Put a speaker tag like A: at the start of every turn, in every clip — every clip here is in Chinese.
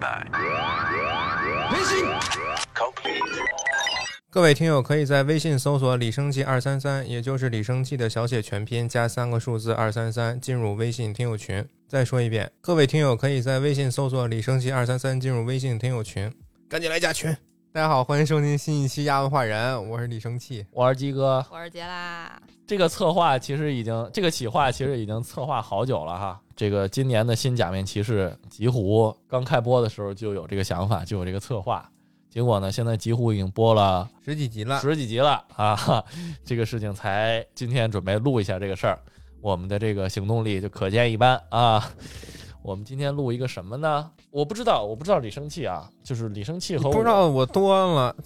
A: 拜。complete.
B: 各位听友可以在微信搜索“李生记二三三”，也就是李生记的小写全拼加三个数字二三三，进入微信听友群。再说一遍，各位听友可以在微信搜索“李生记二三三”，进入微信听友群，赶紧来加群。大家好，欢迎收听新一期《亚文化人》，我是李生气。
C: 我是鸡哥，
D: 我是杰拉，
C: 这个策划其实已经，这个企划其实已经策划好久了哈。这个今年的新假面骑士极狐刚开播的时候就有这个想法，就有这个策划。结果呢，现在极狐已经播了
B: 十几集了，
C: 十几集了啊，哈这个事情才今天准备录一下这个事儿，我们的这个行动力就可见一斑啊。我们今天录一个什么呢？我不知道，我不知道李生气啊，就是李生气
B: 你
C: 和我
B: 不知道我多了，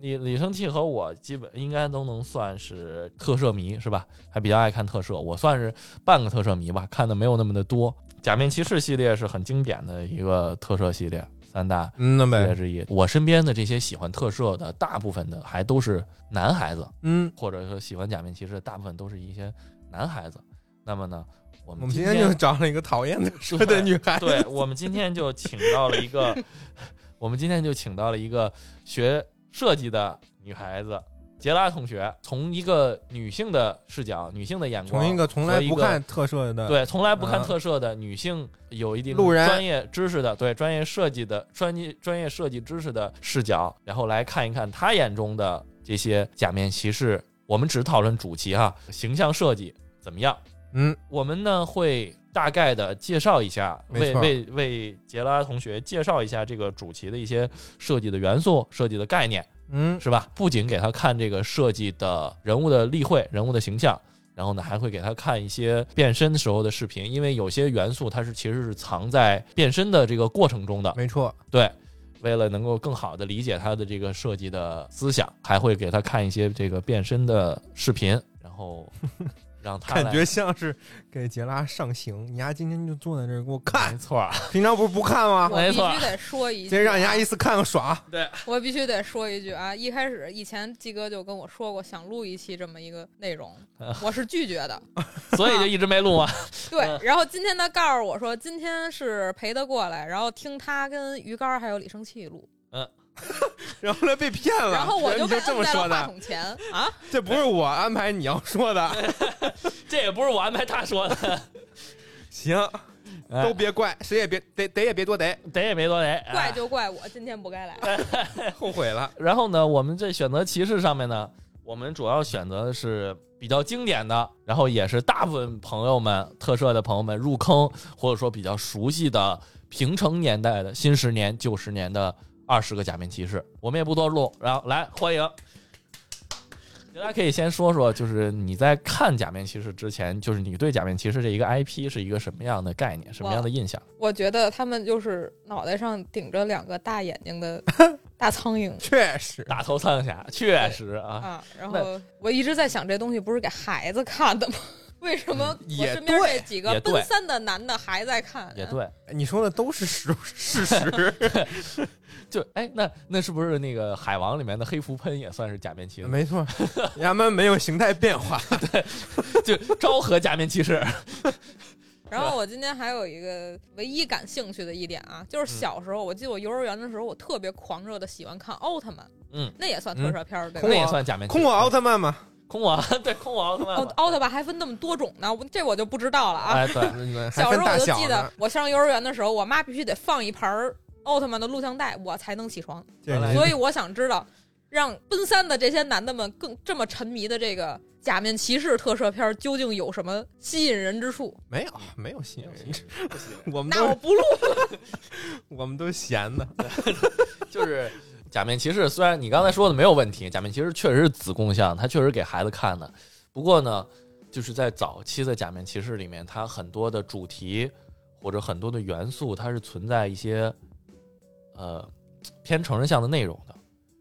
C: 李李生气和我基本应该都能算是特摄迷是吧？还比较爱看特摄，我算是半个特摄迷吧，看的没有那么的多。假面骑士系列是很经典的一个特摄系列，三大
B: 嗯那
C: 系列
B: 呗，
C: 之一。我身边的这些喜欢特摄的，大部分的还都是男孩子，
B: 嗯，
C: 或者说喜欢假面骑士的，大部分都是一些男孩子。那么呢，我
B: 我
C: 们
B: 们
C: 今
B: 今天就找了一个讨厌的说的女孩，
C: 对我们今天就请到了一个， 我们今天就请到了一个学设计的女孩子杰拉同学，从一个女性的视角、女性的眼光，
B: 从一个从来
C: 和一
B: 不
C: 个
B: 看特摄的，
C: 对从来不看
B: 嗯
C: 特摄的女性，有一定
B: 路人
C: 专业知识的，对专业设计的专业专业设计知识的视角，然后来看一看她眼中的这些假面骑士。我们只讨论主题哈，形象设计怎么样？
B: 嗯，
C: 我们呢会大概的介绍一下，
B: 没
C: 为
B: 错
C: 为为杰拉同学介绍一下这个主题的一些设计的元素、设计的概念，
B: 嗯，
C: 是吧？不仅给他看这个设计的人物的例会、人物的形象。然后呢，还会给他看一些变身时候的视频，因为有些元素它是其实是藏在变身的这个过程中的。
B: 没错，
C: 对，为了能够更好的理解他的这个设计的思想，还会给他看一些这个变身的视频，然后 让他来
B: 感觉像是给杰拉上刑，你丫今天就坐在这儿给我看
C: 没，错儿，
B: 平常不是不看吗？
D: 我
C: 没
D: 必
C: 错
D: 须得说一
B: 今
D: 句
B: 天
D: 啊，
B: 让人家一次看个爽，
D: 我必须得说一句啊！一开始以前鸡哥就跟我说过，想录一期这么一个内容，
B: 啊
D: 我是拒绝 的。
C: 所以就一直没录嘛。
D: 对
C: 嗯，
D: 然后今天他告诉我说，今天是陪他过来，然后听他跟鱼竿还有李生气录，
B: 然后来被骗了，
D: 然后我
B: 就
D: 被
B: 这
D: 摁
B: 么
D: 在
B: 说
D: 了话
B: 的，
D: 筒前 啊！
B: 这不是我安排你要说的，
C: 这也不是我安排他说的，
B: 行，
C: 哎
B: 都别怪，谁也别逮逮也别多逮，
C: 得也没多得。哎
D: 怪就怪我今天不该
B: 哎
D: 来，
B: 后悔了，
C: 然后呢，我们这选择骑士上面呢，我们主要选择的是比较经典的，然后也是大部分朋友们、特摄的朋友们入坑或者说比较熟悉的平成年代的新十年、旧十年的二十个假面骑士。我们也不多录，然后来欢迎。大家可以先说说，就是你在看《假面骑士》之前，就是你对《假面骑士》这一个 IP 是一个什么样的概念，什么样的印象？
D: 我觉得他们就是脑袋上顶着两个大眼 睛的大苍蝇。
B: 确实，
C: 大头苍蝇侠确实啊，
D: 啊，然
C: 那
D: 后我一直在想，这东西不是给孩子看的吗？ 为什么
B: 嗯
D: 我
B: 也
D: 身边这几
C: 也
D: 个
C: 对
D: 奔三的男的还在
B: 嗯
D: 看？啊
C: 也，对，
B: 你说的都是实事实，
C: 就哎，那那是不是那个海王里面的黑蝠喷也算是假面骑士？
B: 没错，咱们没有形态变化，
C: 就昭和假面骑士，
D: 然后我今天还有一个唯一感兴趣的一点啊，
C: 嗯
D: 就是小时候，我记得我幼儿园的时候，我特别狂热的喜欢看奥特曼，
C: 嗯，
D: 那也算特摄片儿对吧
C: 那？也算假面骑 士。
B: 空我奥特曼嘛，
C: 空我对空我奥特曼
D: 奥
C: 嘛，
D: 奥特曼还分那么多种呢，我这我就不知道了啊。
C: 哎 对，
B: 还
D: 小时
B: 分
D: 候
B: 大
D: 我就
B: 小
D: 记
B: 呢
D: 得，，我上幼儿园的时候，我妈必须得放一盘儿奥特曼的录像带，我才能起床。
B: 这人
D: 所以我想知道，让奔三的这些男的们更这么沉迷的这个假面骑士特摄片儿究竟有什么吸引人之处？
B: 没有没有吸引人， 我
C: 嗯
B: 们
D: 那我
B: 都
D: 不录，
B: 我们都闲的，
C: 就是假面骑士。虽然你刚才说的没有问题，假面骑士确实是子供向，它确实给孩子看的。不过呢，就是在早期的假面骑士里面，它很多的主题或者很多的元素，它是存在一些呃偏成人向的内容的。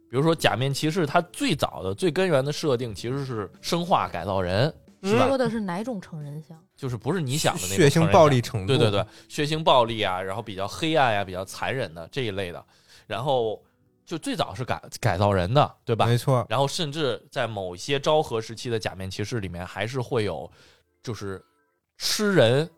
C: 比如说假面骑士，它最早的最根源的设定其实是生化改造人，是吧？
E: 说的是哪种成人像？
C: 就是不是你想的那种
B: 血
C: 成
B: 腥
C: 人
B: 暴
C: 向
B: 力程度，
C: 对对对，，血腥暴力啊，然后比较黑暗呀、比较残忍的这一类的，然后就最早是改改造人的，对吧？
B: 没错，
C: 然后甚至在某一些昭和时期的假面骑士里面，还是会有就是吃人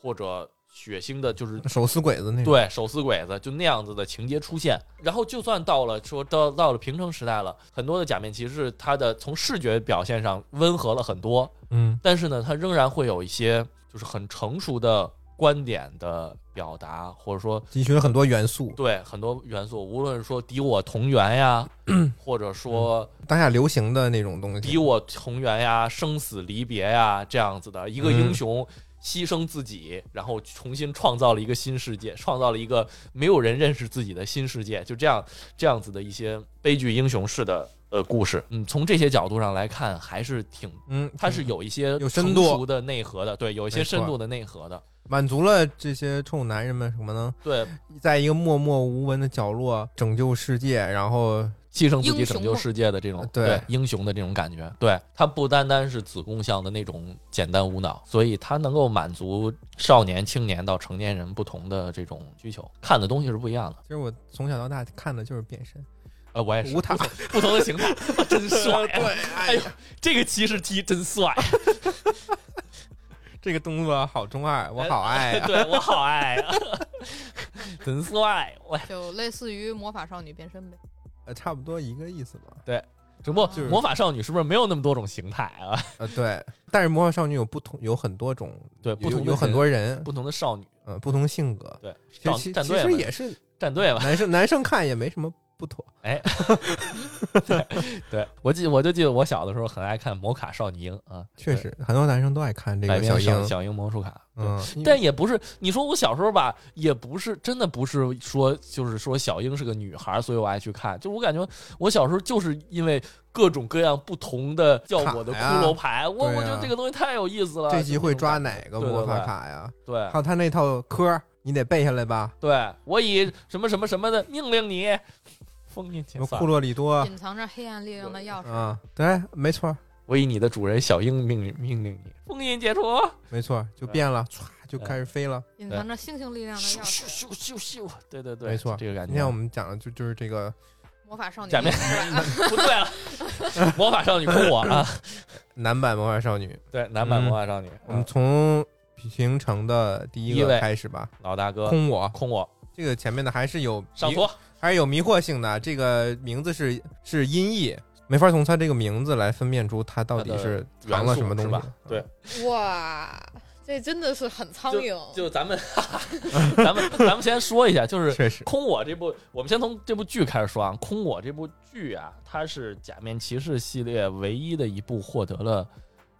C: 或者血腥的，就是
B: 手撕鬼子那种。
C: 对手撕鬼子就那样子的情节出现。然后就算到了说到到了平成时代了，很多的假面骑士它的从视觉表现上温和了很多，
B: 嗯
C: 但是呢，它仍然会有一些就是很成熟的观点的表达，或者说
B: 集群很多元素，
C: 对很多元素，无论说敌我同源呀，或者说
B: 当下流行的那种东西。
C: 敌我同源呀、生死离别呀这样子的一个
B: 嗯
C: 英雄。牺牲自己，然后重新创造了一个新世界，创造了一个没有人认识自己的新世界，就这样这样子的一些悲剧英雄式的呃故事，嗯，从这些角度上来看，还是挺
B: 嗯，
C: 它是有一些
B: 有深度
C: 成熟的内核的，对，有一些
B: 没错
C: 深度的内核的，
B: 满足了这些臭男人们什么呢？
C: 对，
B: 在一个默默无闻的角落拯救世界，然后
C: 牺牲自己
D: 英雄
C: 拯救世界的这种
B: 梦对
C: 英雄的这种感觉，对，它不单单是子贡像的那种简单无脑，所以它能够满足少年、青年到成年人不同的这种需求，看的东西是不一样的。
B: 其实我从小到大看的就是变身，
C: 呃，我也 是
B: 无 塔
C: 不同不同的形态，真帅、
B: 对，哎
C: 哎呦，这个骑士踢真 帅，
B: 这个动作好中二，我好爱 啊！
C: 对我好爱啊， 真帅，我
D: 就类似于魔法少女变身呗。
B: 呃差不多一个意思吧。
C: 只不过
D: 就是
C: 魔法少女是不是没有那么多种形态啊？
B: 呃，对，但是魔法少女有不同，有很多种，
C: 对，不
B: 有
C: 同的
B: 有很多人，
C: 不同的少女，
B: 呃，不同性格。
C: 对，
B: 其
C: 少
B: 实其
C: 战
B: 其
C: 队
B: 实
C: 嘛，
B: 也是
C: 战队嘛。
B: 男生男生看也没什么不妥。
C: 对我记，我就记得我小的时候很爱看《魔卡少女樱》啊，
B: 确实，很多男生都爱看这
C: 对，百
B: 个小
C: 变小
B: 樱，
C: 小樱魔术卡。对
B: 嗯，因为
C: 但也不是，你说我小时候吧，也不是真的不是说，就是说小樱是个女孩，所以我爱去看。就我感觉我小时候就是因为各种各样不同的叫我的
B: 卡
C: 骷
B: 呀
C: 髅牌，我
B: 对
C: 我觉得
B: 呀
C: 这个东西太有意思了。
B: 这集会抓哪个
C: 对对
B: 魔法
C: 对
B: 卡呀？
C: 对
B: 还有他那套科儿，你得背下来吧？
C: 对，我以什么什么什么的命令你，封印
B: 什
C: 前
B: 么库洛里
C: 啊
B: 多
D: 隐藏着黑暗力量的钥匙，
B: 啊？对，没错儿，
C: 我以你的主人小樱命令命令你，封印解除。
B: 没错儿，就
C: 对
B: 变了，唰就开始飞了。
D: 隐藏着星星力量的
C: 咻
D: 钥
C: 咻
D: 匙，
C: 咻咻咻！对对对，
B: 没错
C: 这个感觉。
B: 今天我们讲的就就是这个
D: 魔法少女
C: 假面
D: 变身
C: 不对了，魔法少女跟我啊，
B: 男版魔法少女，
C: 对，男版
B: 嗯
C: 魔法少女，啊
B: 我们从平成的第一
C: 第一
B: 个
C: 位
B: 开始吧。
C: 老大哥
B: 空我
C: 空我
B: 这个前面的还是有
C: 上
B: 迷
C: 桌，
B: 还是有迷惑性的。这个名字是是音译，没法从它这个名字来分辨出它到底是
C: 元
B: 藏
C: 素
B: 了什么东
C: 是
B: 西嗯
C: 吧。？对，，
D: 哇，这真的是很苍蝇。
C: 就咱们，咱们咱们先说一下，就是
B: 嗯确实，
C: 空我这部，我们先从这部剧开始说啊。空我这部剧啊，它是假面骑士系列唯一的一部获得了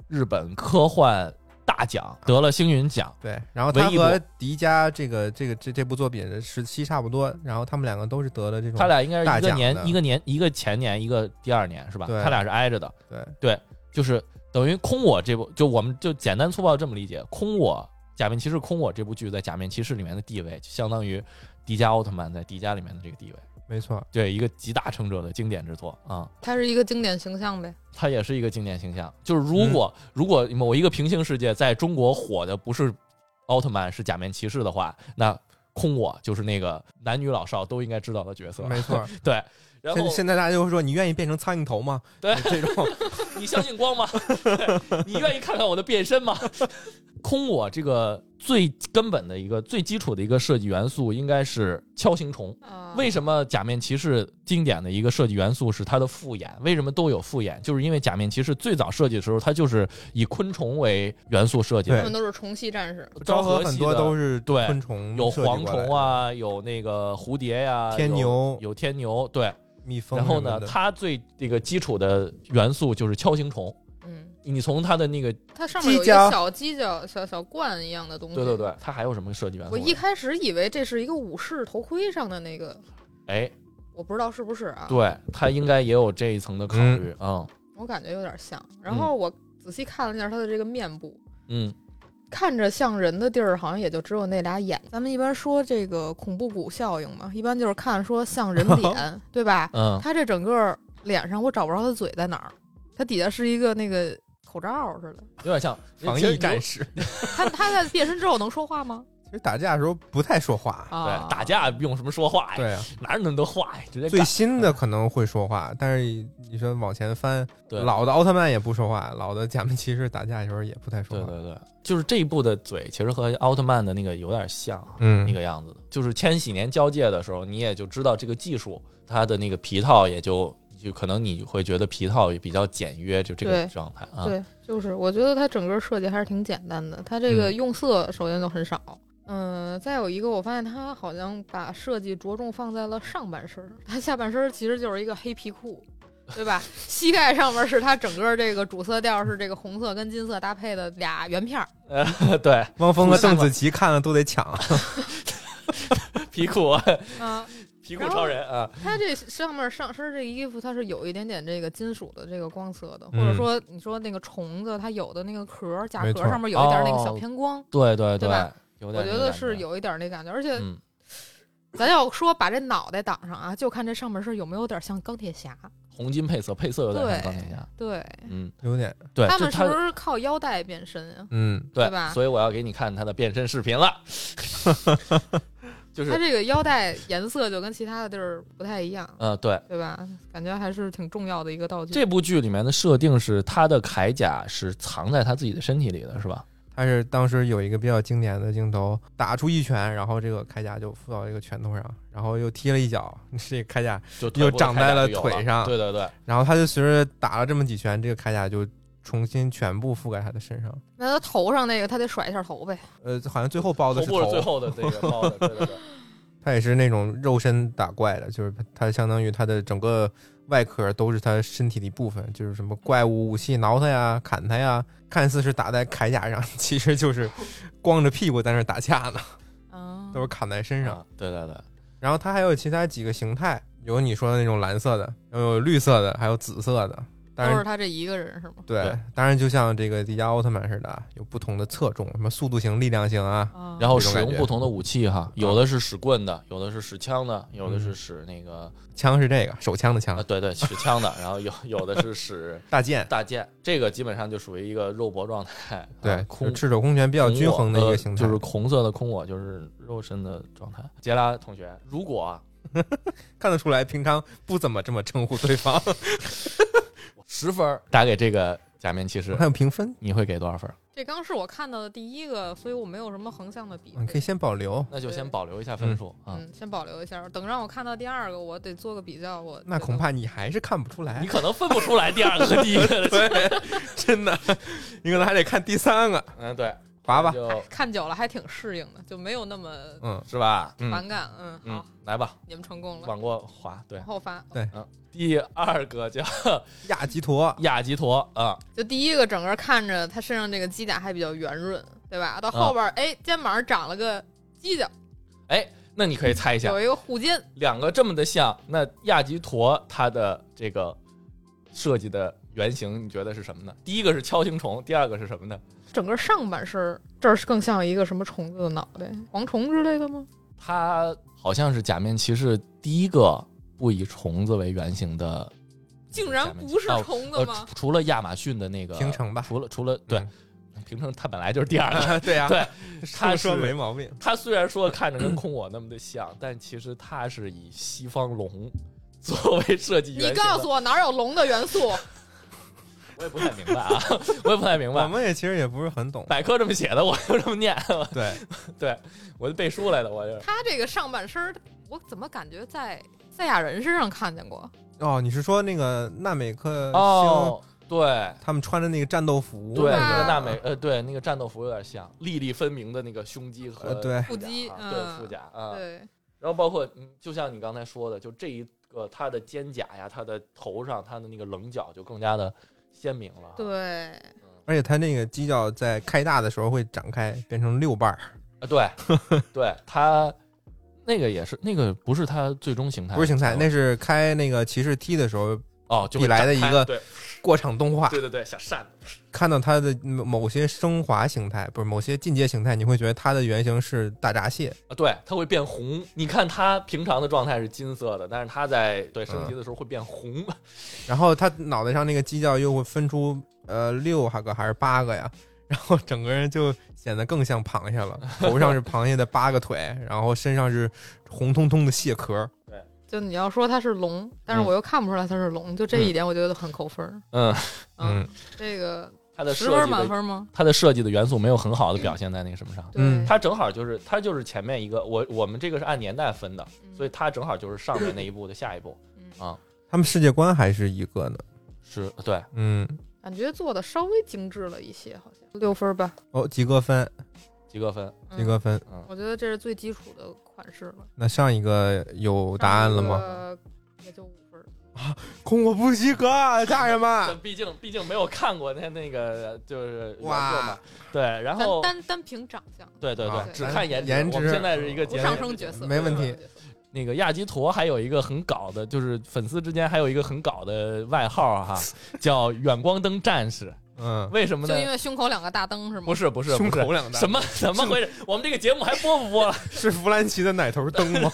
C: 日本科幻大奖，得了星云奖。
B: 对。然后他
C: 唯一一部
B: 和迪迦这个这个这这部作品的时期差不多，然后他们两个都是得了这种
C: 他俩应该是
B: 大
C: 一个
B: 奖
C: 年
B: 的
C: 一个年一个前年一个第二年是吧？
B: 对
C: 他俩是挨着的，
B: 对
C: 就是等于空我这部就我们就简单粗暴这么理解，空我假面骑士空我这部剧在假面骑士里面的地位，就相当于迪迦奥特曼在迪迦里面的这个地位，
B: 没错，
C: 对一个集大成者的经典之作啊。
D: 它是一个经典形象呗，
C: 它也是一个经典形象，就是如
B: 嗯
C: 果、如果某一个平行世界在中国火的不是奥特曼是假面骑士的话，那空我就是那个男女老少都应该知道的角色。
B: 没错。
C: 对，然后
B: 嗯现现在大家就会说，你愿意变成苍蝇头吗？
C: 对
B: 这 种
C: 你相信光吗？ 对你愿意看看我的变身吗？ 空我这个最根本的一个最基础的一个设计元素应该是锹形虫。
D: 啊，
C: 为什么假面骑士经典的一个设计元素是它的复眼？为什么都有复眼？就是因为假面骑士最早设计的时候，它就是以昆虫为元素设计
D: 他
B: 对
C: 的，
D: 们都是虫系战士，
B: 昭和
C: 系的
B: 很多都是
C: 对
B: 昆虫，
C: 有蝗虫、啊，有那个蝴蝶呀、
B: 天
C: 有
B: 牛
C: 有天牛，对。
B: 蜜蜂
C: 然
B: 什么
C: 后
B: 的。
C: 呢，它最这个基础的元素就是锹形虫。
D: 嗯，
C: 你从它的那个，
D: 它上面有一
B: 犄角
D: 个小犄角、小小冠一样的东西。
C: 对对，对，它还有什么设计元素
D: 嗯我
C: 来着？
D: 一开始以为这是一个武士头盔上的那个，
C: 哎，
D: 我不知道是不是啊，
C: 对，它应该也有这一层的考
B: 嗯
C: 虑啊。
D: 我感觉有点像。然后我仔细看了一下他的这个面部，
C: 嗯，
D: 看着像人的地儿，好像也就只有那俩眼。咱们一般说这个恐怖谷效应嘛，一般就是看说像 人脸，对吧？
C: 嗯，
D: 他这整个脸上我找不着他嘴在哪儿，他底下是一个那个口罩似的。
C: 有点像
B: 防
C: 其实
B: 疫
C: 有
B: 战士，
D: 他他在变身之后能说话吗？
B: 实打架的时候不太说话。
C: 对，
D: 啊，
C: 打架用什么说话呀？
B: 对啊，
C: 哪有那么多话呀？直接
B: 最
C: 干。
B: 新的可能会说话，但是你说往前翻，
C: 对
B: 老的奥特曼也不说话，老的假面骑士打架的时候也不太说
C: 对
B: 话。
C: 对对，就是这一部的嘴其实和奥特曼的那个有点像，
B: 嗯，
C: 那个样子的。就是千禧年交界的时候，你也就知道这个技术，它的那个皮套也就就可能你会觉得皮套也比较简约，就这个
D: 对
C: 状态啊。
D: 对，就是我觉得它整个设计还是挺简单的，它这个
B: 嗯
D: 用色首先就很少。嗯、再有一个，我发现它好像把设计着重放在了上半身儿，它下半身儿其实就是一个黑皮裤，对吧？ 膝盖上面是它整个这个主色调是这个红色跟金色搭配的俩圆片儿，
C: 对 对，
B: 汪峰和邓紫棋看了都得 抢。啊
C: 皮裤
D: 啊，
C: 皮裤超人啊，
D: 它这上面上身这衣服，它是有一点点这个金属的这个光泽的，或
B: 嗯
D: 者说你说那个虫子，它有的那个壳儿甲
B: 没
D: 壳
B: 错
D: 儿上面有一点那个小
C: 哦
D: 偏光，
C: 对对
D: 对吧
C: 有
D: 我
C: 点
D: 觉
C: 那个
D: 得
C: 感
D: 是
C: 觉。
D: 有一点那感觉，而且
C: 嗯，
D: 咱要说把这脑袋挡上啊，就看这上面是有没有点像钢铁侠。
C: 红金配色，配色有点像钢铁侠。
D: 对，
C: 嗯，
B: 有点，
C: 对，
D: 他
C: 就
D: 们是
C: 他
D: 不是靠腰带变身啊？
B: 嗯，
C: 对
D: 对吧
C: 所以我要给你看他的变身视频了，就
D: 它
C: 是
D: 这个腰带颜色就跟其他的地儿不太一样，
C: 呃，对，
D: 对吧？感觉还是挺重要的一个道具。
C: 这部剧里面的设定是他的铠甲是藏在他自己的身体里的，是吧？
B: 他是当时有一个比较经典的镜头，打出一拳，然后这个铠甲就附到这个拳头上，然后又踢了一脚，这个铠甲，
C: 就腿部的
B: 又长
C: 铠甲
B: 在了
C: 就有
B: 腿上
C: 对对对，
B: 然后他就随着打了这么几拳，这个铠甲就重新全部覆盖他的身上。
D: 那他头上那个，他得甩一下头呗。
B: 呃，好像最后包的
C: 头
B: 是
C: 部
B: 头，
C: 是最后的这个包的，对对对，
B: 他也是那种肉身打怪的，就是他相当于他的整个外壳都是他身体的一部分，就是什么怪物武器挠他呀、砍他呀，看似是打在铠甲上，其实就是光着屁股在那儿打架呢，
D: 啊，
B: 都是砍在身上。
C: 啊对对对，
D: 嗯
B: 然后它还有其他几个形态，有你说的那种蓝色的，有绿色的，还有紫色的。当
D: 都是
B: 然，哦
D: 他这一个人是吗？
B: 对
C: 对，
B: 当然就像这个迪迦奥特曼似的，有不同的侧重，什么速度型、力量型啊，
D: 啊，
C: 然后
B: 这种
C: 使
B: 感
C: 用
B: 觉
C: 不同的武器哈，有的是使棍的，有的是使枪的，有的是
B: 嗯
C: 使那个
B: 枪是这个手枪的枪
C: 啊，，对对，使枪的， 然后有有的是使
B: 大剑，
C: 大剑，这个基本上就属于一个肉搏状态，啊
B: 对，就
C: 空
B: 是赤手空拳比较均衡的一个形态，
C: 呃就是红色的空我，就是肉身的状态。杰拉同学，如果啊
B: 看得出来，平常不怎么这么称呼对方。
C: 十分儿打给这个假面骑 士
B: 还，有评分，
C: 你会给多少分儿？
D: 这刚是我看到的第一个，所以我没有什么横向的比
B: 嗯你可以
D: 对。
B: 先保留。
C: 那就先保留一下分数啊。
D: 嗯，先保留一下，等让我看到第二个，我得做个比较。我
B: 那
D: 觉得
B: 恐怕你还是看不出来
C: 啊你，可能分不出来第二个和第一个 的，
B: 对，真的，你可能还得看第三个，
C: 嗯，对，
B: 拔吧，
C: 就
D: 哎看久了还挺适应的，就没有那么
B: 嗯，
C: 是吧？嗯
D: 反感。嗯，
C: 嗯
D: 好，，
C: 来吧，
D: 你们成功了，
C: 往过滑，对
D: 往，后翻。
C: 第二个叫
B: 亚吉陀，
C: 亚吉陀啊，
D: 就第一个，整个看着他身上这个机甲还比较圆润，对吧？到
C: 啊
D: 后边儿，哎，肩膀上长了个犄角，
C: 哎，那你可以猜一下
D: 有，一个护肩，
C: 两个这么的像，那亚吉陀它的这个设计的原型，你觉得是什么呢？第一个是锹形虫，第二个是什么呢？
D: 整个上半身儿这儿是更像一个什么虫子的脑袋，蝗虫之类的吗？
C: 它好像是假面骑士第一个不以虫子为原型的，
D: 竟然不是虫子
C: 呃，
D: 吗？
C: 除除了亚马逊的那个
B: 平，成吧，
C: 除了除了对
B: 嗯，
C: 平成它本来就是第二 个。
B: 对呀，
C: 对，
B: 他说没毛病，
C: 它虽然说看着跟空我那么的像，但其实它是以西方龙作为设计原
D: 你
C: 型。
D: 告诉
C: 我，
D: 我哪有龙的元素？
C: 我也不太明白啊， 我也不太明
B: 我
C: 白。
B: 们也其实也不是很 懂，
C: 百科这么写的，我就这么念，
B: 对，
C: 我就背书来的，我就是。
D: 他这个上半身儿，我怎么感觉在赛亚人身上看见过？
C: 啊
B: 哦，你是说那个纳美克呃星
C: 哦，对。
B: 他们穿的那个战斗服，
C: 对，
D: 吧
C: 那个纳美，呃，对，那个战斗服有点像，粒粒分明的那个胸肌和
B: 呃对
C: 腹
D: 腹肌
C: 甲啊
D: 嗯
C: 对腹甲啊，
D: 对，
C: 然后包括嗯就像你刚才说的，就这一个它的肩甲呀，它的头上，它的那个棱角就更加的鲜明了。，
D: 对，
B: 而且他那个犄角在开大的时候会展开，变成六瓣儿，
C: 啊，对，对，它那个也是，那个不是它最终形态，
B: 不是芹菜，
C: 吧
B: 那是开那个骑士 T 的时候
C: 哦，就
B: 比来的
C: 展开
B: 一个啊
C: 对
B: 过场动画，
C: 对对对，小扇子，
B: 看到它的某些升华形态，不是某些进阶形态，你会觉得它的原型是大闸蟹，
C: 啊，对，它会变红。你看它平常的状态是金色的，但是它在对升
B: 嗯
C: 级的时候会变红。
B: 然后它脑袋上那个犄角又会分出呃六个还个还是八个呀，然后整个人就显得更像螃蟹 了，头上是螃蟹的八个腿，然后身上是红彤彤的蟹壳。
D: 就你要说它是龙，但是
C: 嗯
D: 我又看不出来它是龙，就这一点我觉得很扣分儿。
C: 嗯，
B: 嗯，
D: 这个
C: 它的
D: 十
C: 设
D: 分
C: 计
D: 满
C: 的
D: 分吗？
C: 它的设计的元素没有很好的表现在那个什么上，
D: 对
B: 嗯，
C: 它正好就是它就是前面一个我我们这个是按年代分的，
D: 嗯
C: 所以它正好就是上面那一步的下一步
D: 嗯
C: 啊，
B: 他们世界观还是一个呢。
C: 是对，
B: 嗯，
D: 感觉做的稍微精致了一些，好像六分儿吧。
B: 哦，及格分，
C: 及格分，
D: 嗯
B: 及格分。
C: 嗯，
D: 我觉得这是最基础的款式了。
B: 那上一个有答案了吗？
D: 上一个也就五分儿。
B: 空我不及格，家人
C: 这
B: 们。
C: 毕竟毕竟没有看过那那个就是原
B: 哇
C: 作嘛，对，然
D: 咱
C: 后
D: 单单凭长相，
C: 对对
B: 啊
C: 对，只
B: 咱
C: 看颜值，
B: 颜值啊
C: 我们现在是一个
D: 不
C: 节
D: 上
C: 目。
D: 升角色，
B: 没问题
C: 那个亚基陀还有一个很搞的，就是粉丝之间还有一个很搞的外号哈，叫远光灯战士，
B: 嗯，
C: 为什么呢
D: 就？因为胸口两个大灯是吗？
C: 不，是啊不是
B: 胸
C: 不是
B: 口两大
C: 什么怎么回事？我们这个节目还播不播了？
B: 是弗兰奇的奶头灯吗？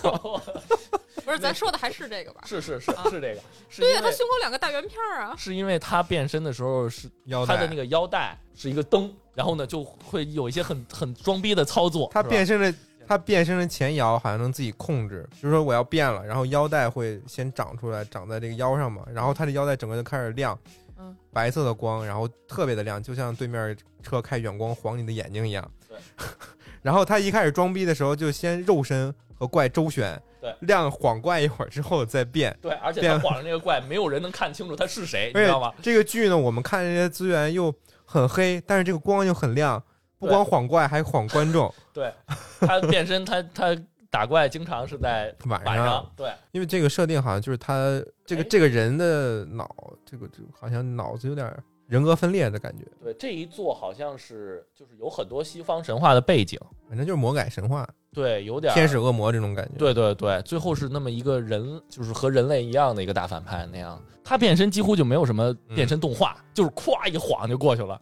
D: 不是，咱说的还是这 个吧？
C: 是是是
D: 啊
C: 是这个，是
D: 对呀，
C: 因
D: 他
C: 为
D: 胸口两个大圆片儿啊。
C: 是因为他变身的时候是
B: 腰
C: 他的
B: 带
C: 那。个腰带是一个灯，然后呢就会有一些很很装逼的操作。
B: 他
C: 是吧
B: 变身的，他变身的前摇好像能自己控制，就是说我要变了，然后腰带会先长出来，长在这个腰上嘛，然后他的腰带整个就开始亮，
D: 嗯，
B: 白色的光，然后特别的亮，就像对面车开远光晃你的眼睛一样。
C: 对。
B: 然后他一开始装逼的时候，就先肉身和怪周旋，
C: 对，
B: 亮晃怪一会儿之后再变。
C: 对，而且他
B: 变
C: 晃着那个怪，没有人能看清楚他是谁，你
B: 而
C: 知
B: 且
C: 道吗？
B: 这个剧呢，我们看这些资源又很黑，但是这个光又很亮，不光晃怪，还晃观众。
C: 对，他变身，他他打怪经常是在
B: 晚
C: 晚上，对，
B: 因为这个设定好像就是他这个
C: 哎
B: 这个人的脑，这个这个好像脑子有点人格分裂的感觉，
C: 对，这一座好像是就是有很多西方神话的背景，
B: 反正就是魔改神话、
C: 对，有点儿
B: 天使、。恶魔这种感觉。，
C: 对对对，最后是那么一个人，就是和人类一样的一个大反派那样。他变身几乎就没有什么变
B: 嗯
C: 身动画，就是咵一晃就过去了。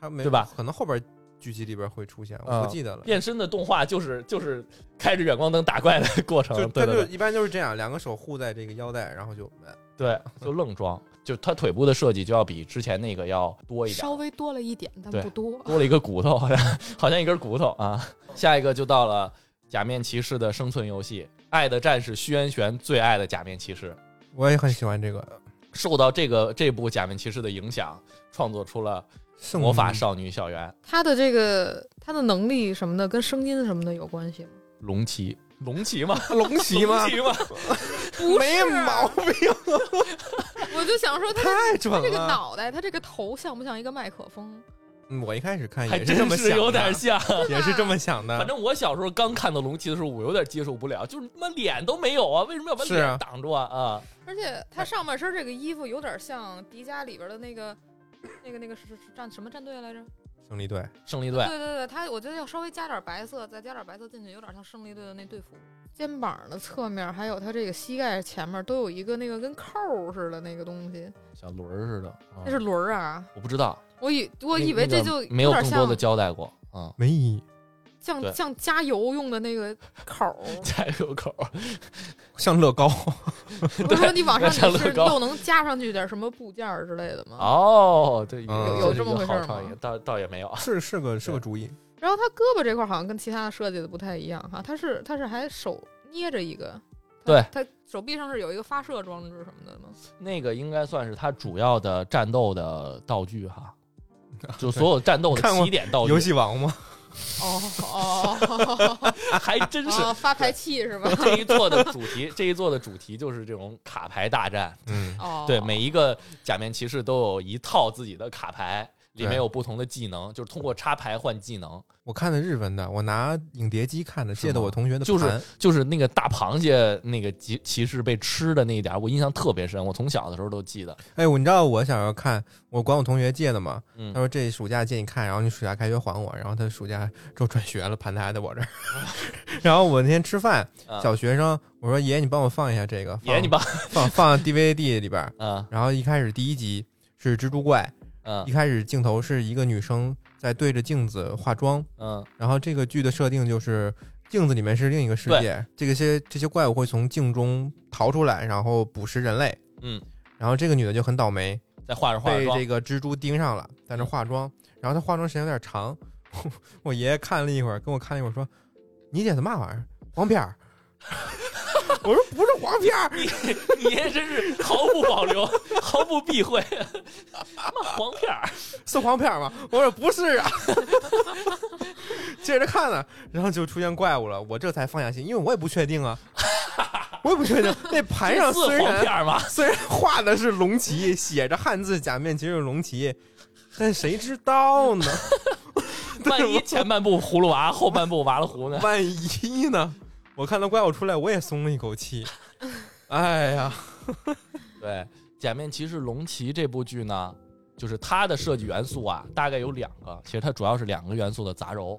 B: 他没
C: 对吧？
B: 可能后边剧集里边会出现，
C: 啊
B: 我不记得了。
C: 变身的动画就是就是开着远光灯打怪的过程
B: 就，
C: 对
B: 他就
C: 对对
B: 一般就是这样，两个手护在这个腰带，然后就
C: 对，就愣装。就他腿部的设计就要比之前那个要多一点，
D: 稍微多了一点，但
C: 对
D: 不多。
C: 多了一个骨头，好像好像一根骨头啊。下一个就到了假面骑士的生存游戏，《爱的战士》虚渊玄最爱的假面骑士，
B: 我也很喜欢这个
C: 受到这个这部假面骑士的影响，创作出了《
B: 圣
C: 魔法
B: 女
C: 少女校园》
D: 他的这个他的能力什么的，跟声音什么的有关系吗？
C: 龙骑，龙骑吗？
B: 龙骑吗
C: 龙？骑吗？
D: 不
B: 没
D: 是，啊
B: 毛病，
D: 我就想说他这
B: 太准
D: 他这个
B: 了。
D: 脑袋，他这个头像不像一个麦克 风？
B: 嗯我一开始看
C: 还
B: 也这
C: 真
B: 么想
C: 是
B: 的，啊
C: 有点像。
B: 也是这么想的
C: 反。正我小时候刚看到龙骑的时候，我有点接受不了，就是他妈脸都没有啊，为什么要把
B: 是啊
C: 脸挡住啊？啊，
D: 而且他上半身这个衣服有点像迪迦里边的那个。那个那个是是是战什么战队来着？
B: 胜利队
C: 胜利队
D: 对对对，他我觉得要稍微加点白色，再加点白色进去，有点像胜利队的那队服。肩膀的侧面还有他这个膝盖前面都有一个那个跟扣儿似的那个东西，
C: 像轮儿似的，啊
D: 那是轮儿啊！
C: 我不知道，
D: 我以我
C: 那
D: 以为
C: 那
D: 这
C: 个
D: 就
C: 没有
D: 点
C: 更多
D: 像
C: 的交代过啊。
B: 没意义，
C: 对
D: 像像加油用的那个口 儿。
C: 加油口，
B: 像乐高。
D: 我说你往上
C: 像
D: 你
C: 乐
D: 是
C: 高
D: 又能加上去点什么部件儿之类的吗？
C: 哦，对，
B: 嗯
D: 有
C: 是
D: 这
C: 一
D: 么
C: 个
D: 回事
C: 好
D: 儿吗
C: 创意，倒倒也没有。
B: 是是个是个主意，
D: 然后他胳膊这块儿好像跟其他的设计的不太一样哈，他是他是还手捏着一个，
C: 对
D: 他手臂上是有一个发射装置什么的吗？
C: 那个应该算是他主要的战斗的道具 哈，就所有战斗的
B: 看过
C: 起点道具
B: 游，戏王吗？
D: 哦哦
B: 啊
C: 还真 是
D: 哦，发牌器是吧？
C: 这一座的主题，这一座的主题就是这种卡牌大战。
B: 嗯，
D: 哦，
C: 对，每一个假面骑士都有一套自己的卡牌，里面
B: 对
C: 有不同的技能，就是通过插牌换技能。
B: 我看的日文的，我拿影碟机看的，
C: 是吗
B: 借的我同学的
C: 就是
B: 盘
C: 就是那个大螃蟹那个骑骑士被吃的那一点儿，我印象特别深，我从小的时候都记得。
B: 哎，我你知道我想要看，我管我同学借的嘛，
C: 嗯
B: 他，说这暑假借你看，然后你暑假开学还我，然后他暑假之后转学了，盘他还在我这儿。 然后我那天吃饭，
C: 啊
B: 小学生，我说爷你帮我放一下这个，放
C: 爷，你帮
B: 放放 DVD 里边儿。
C: 啊
B: 然后一开始第一集是蜘蛛怪，
C: 嗯
B: 一开始镜头是一个女生在对着镜子化妆，
C: 嗯
B: 然后这个剧的设定就是镜子里面是另一个世界，这个些这些怪物会从镜中逃出来，然后捕食人类。
C: 嗯，
B: 然后这个女的就很倒霉，
C: 再化着化着
B: 被
C: 妆
B: 这，个蜘蛛盯上了，在那化妆。然后她化妆时间有点长，我爷爷看了一会儿，跟我看了一会儿说：“你姐他嘛玩意儿？啊黄片儿。” 我说：“不是黄片儿。”
C: 你这真是毫不保留，毫不避讳，妈黄片儿，
B: 是黄片儿吗？我说不是啊， 接着看呢，然后就出现怪物了，我这才放下心，因为我也不确定啊，我也不确定那盘上
C: 是
B: 虽
C: 黄片
B: 然
C: 儿吗？
B: 虽然画的是龙旗，写着汉字假面骑士龙旗，但谁知道呢？
C: 万一前半部葫芦娃，后半部娃了胡呢？
B: 万一呢？我看到怪物出来，我也松了一口气。哎呀，
C: 对，《假面骑士龙骑》这部剧呢，就是它的设计元素啊，大概有两个，其实它主要是两个元素的杂糅，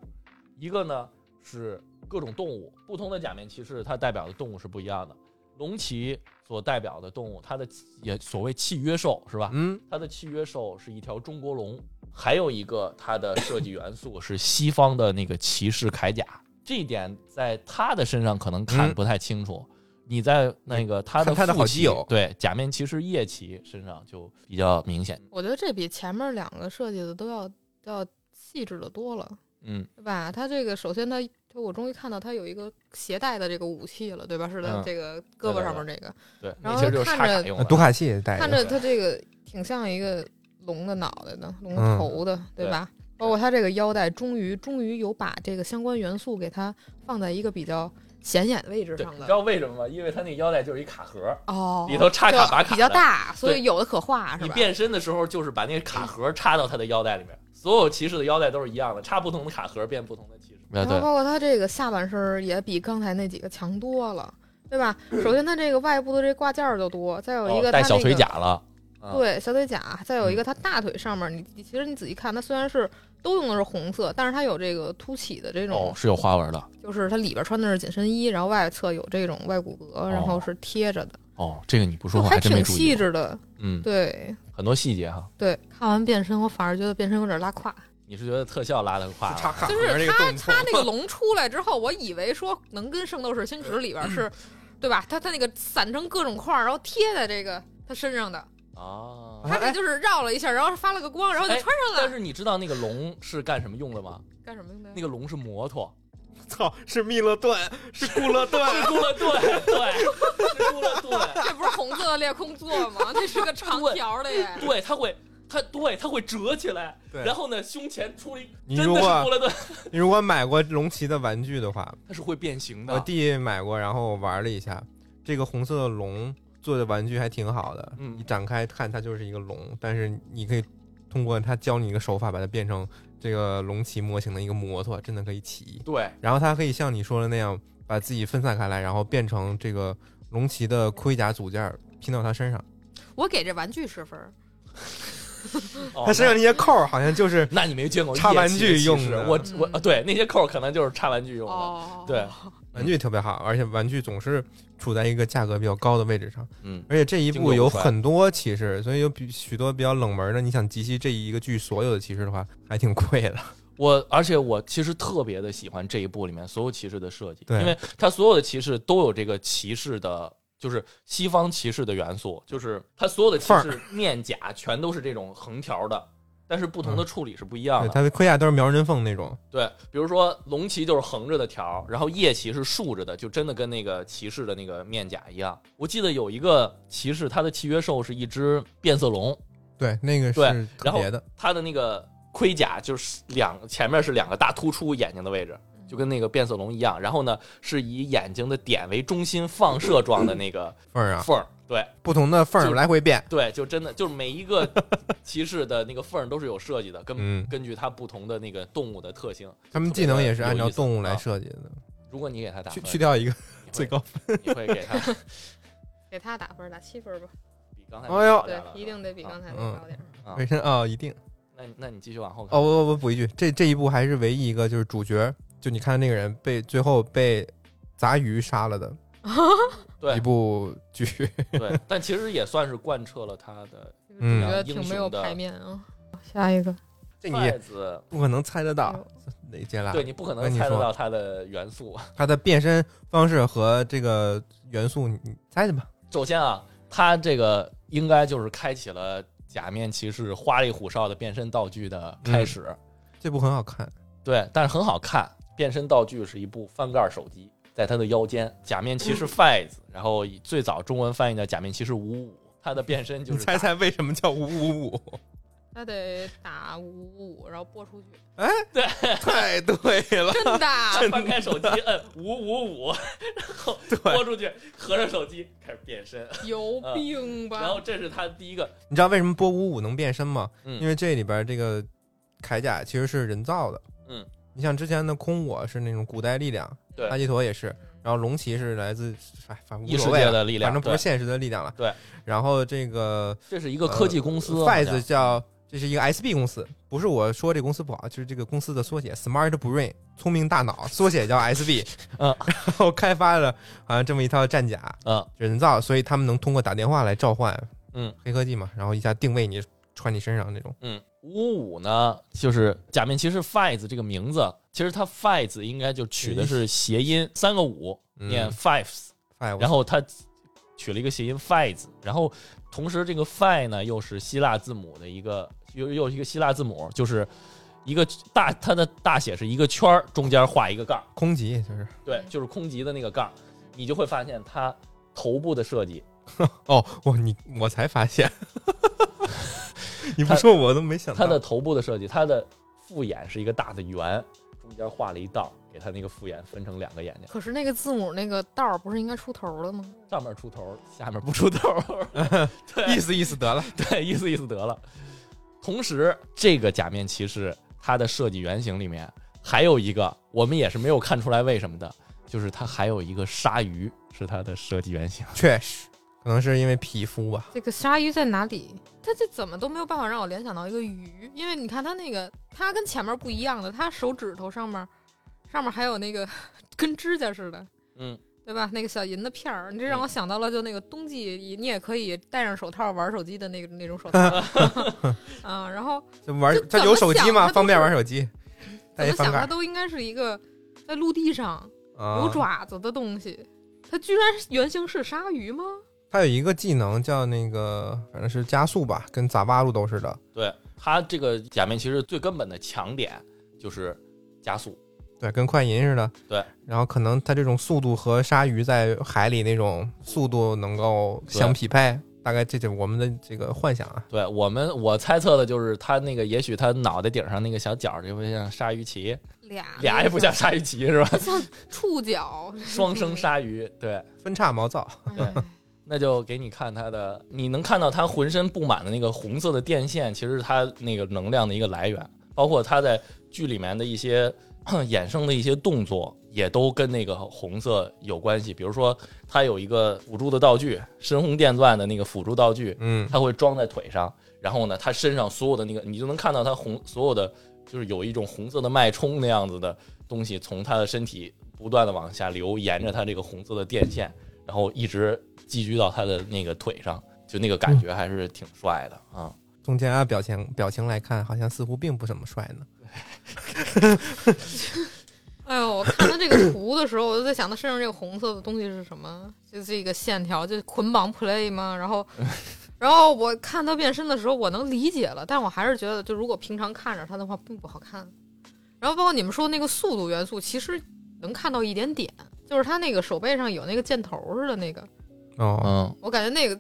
C: 一个呢是各种动物，不同的假面骑士它代表的动物是不一样的。龙骑所代表的动物，它的也所谓契约兽是吧？
B: 嗯，
C: 它的契约兽是一条中国龙，还有一个它的设计元素是西方的那个骑士铠甲，这一点在他的身上可能看
B: 嗯
C: 不太清楚。你在那个他的
B: 看他的
C: 父
B: 好
C: 骑
B: 基友
C: 对假面骑士夜骑身上就比较明显。
D: 我觉得这比前面两个设计的都要都要细致的多了，
C: 嗯，
D: 对吧？它这个首先它我终于看到它有一个携带的这个武器了，对吧？是它
C: 嗯
D: 这个胳膊上面这个，
C: 对，那
D: 然后
C: 其实就是插
D: 看
C: 卡
D: 着
C: 用的。
B: 读卡器也带
D: 看
B: 着，
D: 着它这个挺像一个龙的脑袋的，龙
B: 嗯
D: 头的，对吧？包括它这个腰带，终于终于有把这个相关元素给它放在一个比较显眼位置
C: 对，
D: 上
C: 你
D: 的
C: 知道为什么吗？因为它那腰带就是一卡盒，
D: 哦，
C: 里头插卡
D: 就
C: 拔卡
D: 比较
C: 的
D: 大，所
C: 对
D: 以有的可画是
C: 你
D: 吧？
C: 变身的时候就是把那个卡盒插到他的腰带里面。
D: 嗯
C: 所有骑士的腰带都是一样的，插不同的卡盒变不同的骑士。
D: 然后包括它这个下半身儿也比刚才那几个强多了，对吧？首先它这个外部的这挂件儿就多，再有一
C: 哦
D: 个它
C: 带
D: 那
C: 小腿
D: 个
C: 甲了，啊
D: 对，小腿甲，再有一个它大腿上面儿，你你其实你仔细看，它虽然是都用的是红色，但是它有这个凸起的这
C: 哦
D: 种，，
C: 是有花纹的。
D: 就是它里边穿的是紧身衣，然后外侧有这种外骨骼，然后是贴着的，
C: 哦，这个你不说
D: 就
C: 我还真没
D: 挺
C: 注
D: 细
C: 意。
D: 致的。
C: 嗯，
D: 对
C: 很多细节哈。
D: 对，看完变身，我反而觉得变身有点拉胯，
C: 你是觉得啊特效拉的胯
B: 插
C: 了？
B: 卡盒
D: 就是
B: 这个
D: 他
B: 动作
D: 他那个龙出来之后，我以为说能跟《圣斗士星矢》里边
C: 嗯
D: 是，对吧？他他那个散成各种块儿，然后贴在这个他身上的，
C: 啊
B: 哎！
D: 他这就是绕了一下，然后发了个光，然后就
C: 哎
D: 穿上
C: 但
D: 了。
C: 是你知道那个龙是干什么用的吗？
D: 干什么用的呀
C: 那？个龙是摩托，
B: 操，是密勒顿，是固勒 顿，
C: 是孤了盾，对，是孤了盾，
D: 这不是红色的裂空座吗？那是个长条的耶。
C: 对，它会，它对，它会折起来，
B: 对
C: 然后呢，胸前出了一，
B: 你
C: 真
B: 如
C: 的
B: 果
C: 是孤了盾，
B: 你如果买过龙骑的玩具的话，
C: 它是会变形
B: 我
C: 的。
B: 弟买过，然后我玩了一下，这个红色的龙做的玩具还挺好的。
C: 嗯
B: 你展开看，它就是一个龙，但是你可以通过他教你一个手法，把它变成这个龙骑模型的一个摩托，真的可以骑。
C: 对，
B: 然后它可以像你说的那样，把自己分散开来，然后变成这个龙骑的盔甲组件儿拼到它身上。
D: 我给这玩具十分儿，
C: 哦
B: 它身上那些扣儿好像就是
C: 那那你没见过
B: 插
C: 夜
B: 玩
C: 骑
B: 具
C: 骑
B: 用
C: 士
B: 的
C: 我
D: 嗯
C: 我啊对那些扣儿可能就是插玩具用的。
D: 哦，
C: 对，
B: 玩具特别好，而且玩具总是处在一个价格比较高的位置上。
C: 嗯，
B: 而且这一
C: 经
B: 部
C: 久
B: 有
C: 不衰
B: 很多骑士，所以有比许多比较冷门的。你想集齐这一个剧所有的骑士的话，还挺贵的。
C: 我而且我其实特别的喜欢这一部里面所有骑士的设计，
B: 对
C: 因为它所有的骑士都有这个骑士的，就是西方骑士的元素，就是它所有的骑
B: 范
C: 士面甲全都是这种横条的，但是不同的处理是不一样
B: 嗯对，
C: 的。
B: 它的盔甲都是苗人凤那种，
C: 对，比如说龙骑就是横着的条，然后夜骑是竖着的，就真的跟那个骑士的那个面甲一样。我记得有一个骑士，他的契约兽是一只变色龙，
B: 对，那个
C: 对
B: 是特别的。
C: 他的那个盔甲就是两前面是两个大突出眼睛的位置，
D: 嗯
C: 就跟那个变色龙一样。然后呢，是以眼睛的点为中心放射状的那个
B: 缝儿啊，
C: 缝儿。对
B: 不同的缝儿
C: 就
B: 来回变。
C: 对，就真的就是每一个 骑士的那个缝儿都是有设计的，根
B: 嗯，
C: 根据它不同的那个动物的特性。
B: 他们技能也是按照动物来设计的，
C: 如果你给它啊打
B: 去
C: 分，
B: 去掉一个
C: 你会
B: 最，高分。
C: 你会给它
D: 给他打分儿，打七分儿吧。
C: 比刚才
B: 哎呦
C: 高点
D: 对
C: 儿了，
D: 一定得比
C: 啊
D: 刚才
B: 嗯
D: 那高点儿。
C: 啊
B: 本身啊，一定。
C: 那你那你继续往后看。
B: 哦，我我我补一句，这这一部还是唯一一个就是主角，就你看那个人被最后被杂鱼杀了的一
C: 对
B: 部剧。
C: 对，但其实也算是贯彻了他的
B: 嗯
D: 我觉得挺没有排面啊。下一个，
B: 这你
C: 筷
B: 也
C: 子，
B: 不可能猜得
D: 嗯
B: 到哪些啦。
C: 对你不可
B: 我
C: 能
B: 跟你
C: 猜得
B: 说
C: 到它的元素。
B: 它的变身方式和这个元素，你你猜猜吧。
C: 首先啊，他这个应该就是开启了假面骑士花里胡哨的变身道具的开始。
B: 这部很好看，
C: 对，但是很好看。变身道具是一部翻盖手机，在他的腰间。假面骑士 Fives，、然后以最早中文翻译叫假面骑士五五，他的变身就
B: 你
C: 是
B: 猜猜为什么叫五五五？
D: 他得打五五五，然后播 出去，
B: 太对了，
D: 真的啊。
C: 大翻开手机摁五五 五，然后拨出去，合上手机开始变身。
D: 有病吧？
C: 嗯然后这是他第一个，
B: 你知道为什么波五五能变身吗？
C: 嗯
B: 因为这里边这个铠甲其实是人造的。
C: 嗯，
B: 你像之前的空我是那种古代力量，
C: 对
B: 阿基陀也是，然后龙骑是来自哎，反正
C: 异
B: 无
C: 世
B: 所谓
C: 界
B: 了，
C: 的力量
B: 反正不是
C: 对
B: 现实的力量了。
C: 对，
B: 然后这个
C: 这是一个科技公司。好
B: f i
C: 像
B: z 叫这是一个 SB 公司，不是我说这公司不好，就是这个公司的缩写 Smart Brain，聪明大脑，缩写叫 SB。
C: 嗯，
B: 然后开发了好像这么一套战甲，
C: 嗯，
B: 人造，所以他们能通过打电话来召唤，
C: 嗯，
B: 黑科技嘛，然后一下定位你，穿你身上那种。
C: 嗯，五五呢，就是假面骑士 Fives 这个名字，其实它 Fives 应该就取的是谐音，三个五
B: 嗯
C: 念 Fives，、
B: 哎，我
C: 然后它取了一个谐音 Fives，然后同时这个 Phi 呢又是希腊字母的一个，又又是一个希腊字母，就是一个大它的大写是一个圈儿，中间画一个杠，
B: 空集就是
C: 对，就是空集的那个杠，你就会发现它头部的设计
B: 哦，我你我才发 现，你不
C: 他
B: 说我都没想到。
C: 它的头部的设计，它的复眼是一个大的圆，中间画了一道，给它那个复眼分成两个眼睛，
D: 可是那个字母那个道儿不是应该出头了吗？
C: 上面出头，下面不出头， 对
B: 意思意思得了，
C: 对，意思意思得了。同时，这个假面骑士它的设计原型里面还有一个，我们也是没有看出来为什么的，就是它还有一个鲨鱼是它的设计原型。
B: 确实可能是因为皮肤吧。
D: 这个鲨鱼在哪里？它这怎么都没有办法让我联想到一个鱼，因为你看它那个，它跟前面不一样的，它手指头上面，上面还有那个 跟指甲似的，
C: 嗯，
D: 对吧？那个小银的片儿，你这让我想到了，就那个冬季你也可以戴上手套玩手机的那个那 种手套， 啊，然后
B: 这玩
D: 这
B: 这
D: 怎么
B: 有手机
D: 想
B: 吗？
D: 它都
B: 方便
D: 是
B: 玩手机，带
D: 怎
B: 一
D: 么
B: 翻
D: 想
B: 盖
D: 它
B: 儿
D: 都应该是一个在陆地上
B: 啊。
D: 有爪子的东西，它居然原型是鲨鱼吗？
B: 它有一个技能叫那个，反正是加速吧，跟咋巴路都似的。
C: 对，它这个假面骑士最根本的强点就是加速。
B: 对，跟快银似的。
C: 对，
B: 然后可能它这种速度和鲨鱼在海里那种速度能够相匹配，大概这就是我们的这个幻想啊。
C: 对我们，我猜测的就是它那个，也许它脑袋顶上那个小角儿，就会像鲨鱼鳍，
D: 俩
C: 俩也不像鲨鱼鳍是吧？
D: 它像触角，
C: 双生鲨鱼，对，
B: 分叉毛躁，
D: 哎
C: 那就给你看它的，你能看到它浑身布满的那个红色的电线，其实是它那个能量的一个来源，包括它在剧里面的一些衍生的一些动作，也都跟那个红色有关系。比如说，它有一个辅助的道具，深红电钻的那个辅助道具，
B: 嗯，
C: 它会装在腿上，然后呢，它身上所有的那个，你就能看到它红所有的，就是有一种红色的脉冲那样子的东西从它的身体不断的往下流，沿着它这个红色的电线，然后一直寄居到它的那个腿上，就那个
B: 嗯
C: 感觉还是挺帅的啊。
B: 从佳佳表情表情来看，好像似乎并不怎么帅呢。
D: 哎呦，我看到这个图的时候，我就在想，他身上这个红色的东西是什么？就这个线条，就捆绑 play 吗？然 后，然后我看他变身的时候，我能理解了，但我还是觉得，就如果平常看着他的话，并不好看。然后包括你们说那个速度元素，其实能看到一点点，就是他那个手背上有那个箭头似的那个，
B: 哦，
C: 嗯，
D: 我感觉那个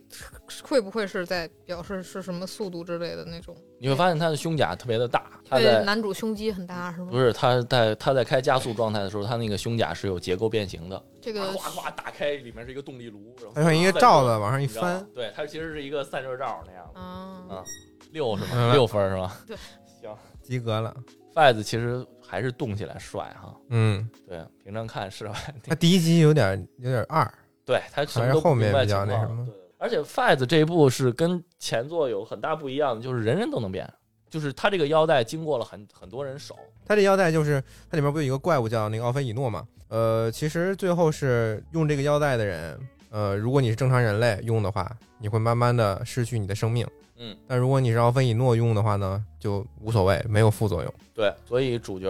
D: 会不会是在表示是什么速度之类的那种？
C: 你会发现它的胸甲特别的大，它
D: 对，
C: 在嗯
D: 男主胸肌很大是吗？
C: 不是它在它在开加速状态的时候，它那个胸甲是有结构变形的，
D: 这个
C: 哗哗打开，里面是一个动力炉，然后
B: 它像一个罩子往上一哎翻，，
C: 对，它其实是一个散热罩那样的。
D: 啊，
C: 啊六是
B: 嗯
C: 吗？六分是吗？
D: 对，
C: 行。
B: 及格了。
C: 筷子其实还是动起来帅哈。
B: 嗯，
C: 对，平常看是吧？
B: 它第一集有点有点二，
C: 对他什么
B: 还
C: 都
B: 是后
C: 不
B: 面
C: 明白
B: 比较
C: 情
B: 那
C: 况
B: 什么
C: 对，而且筷子这一部是跟前作有很大不一样的，就是人人都能变，就是他这个腰带经过了很很多人手。
B: 它这腰带就是它里面不有一个怪物叫那个奥菲以诺嘛？呃，其实最后是用这个腰带的人，呃，如果你是正常人类用的话，你会慢慢的失去你的生命。
C: 嗯，
B: 但如果你是奥菲以诺用的话呢，就无所谓，没有副作用。
C: 对，所以主角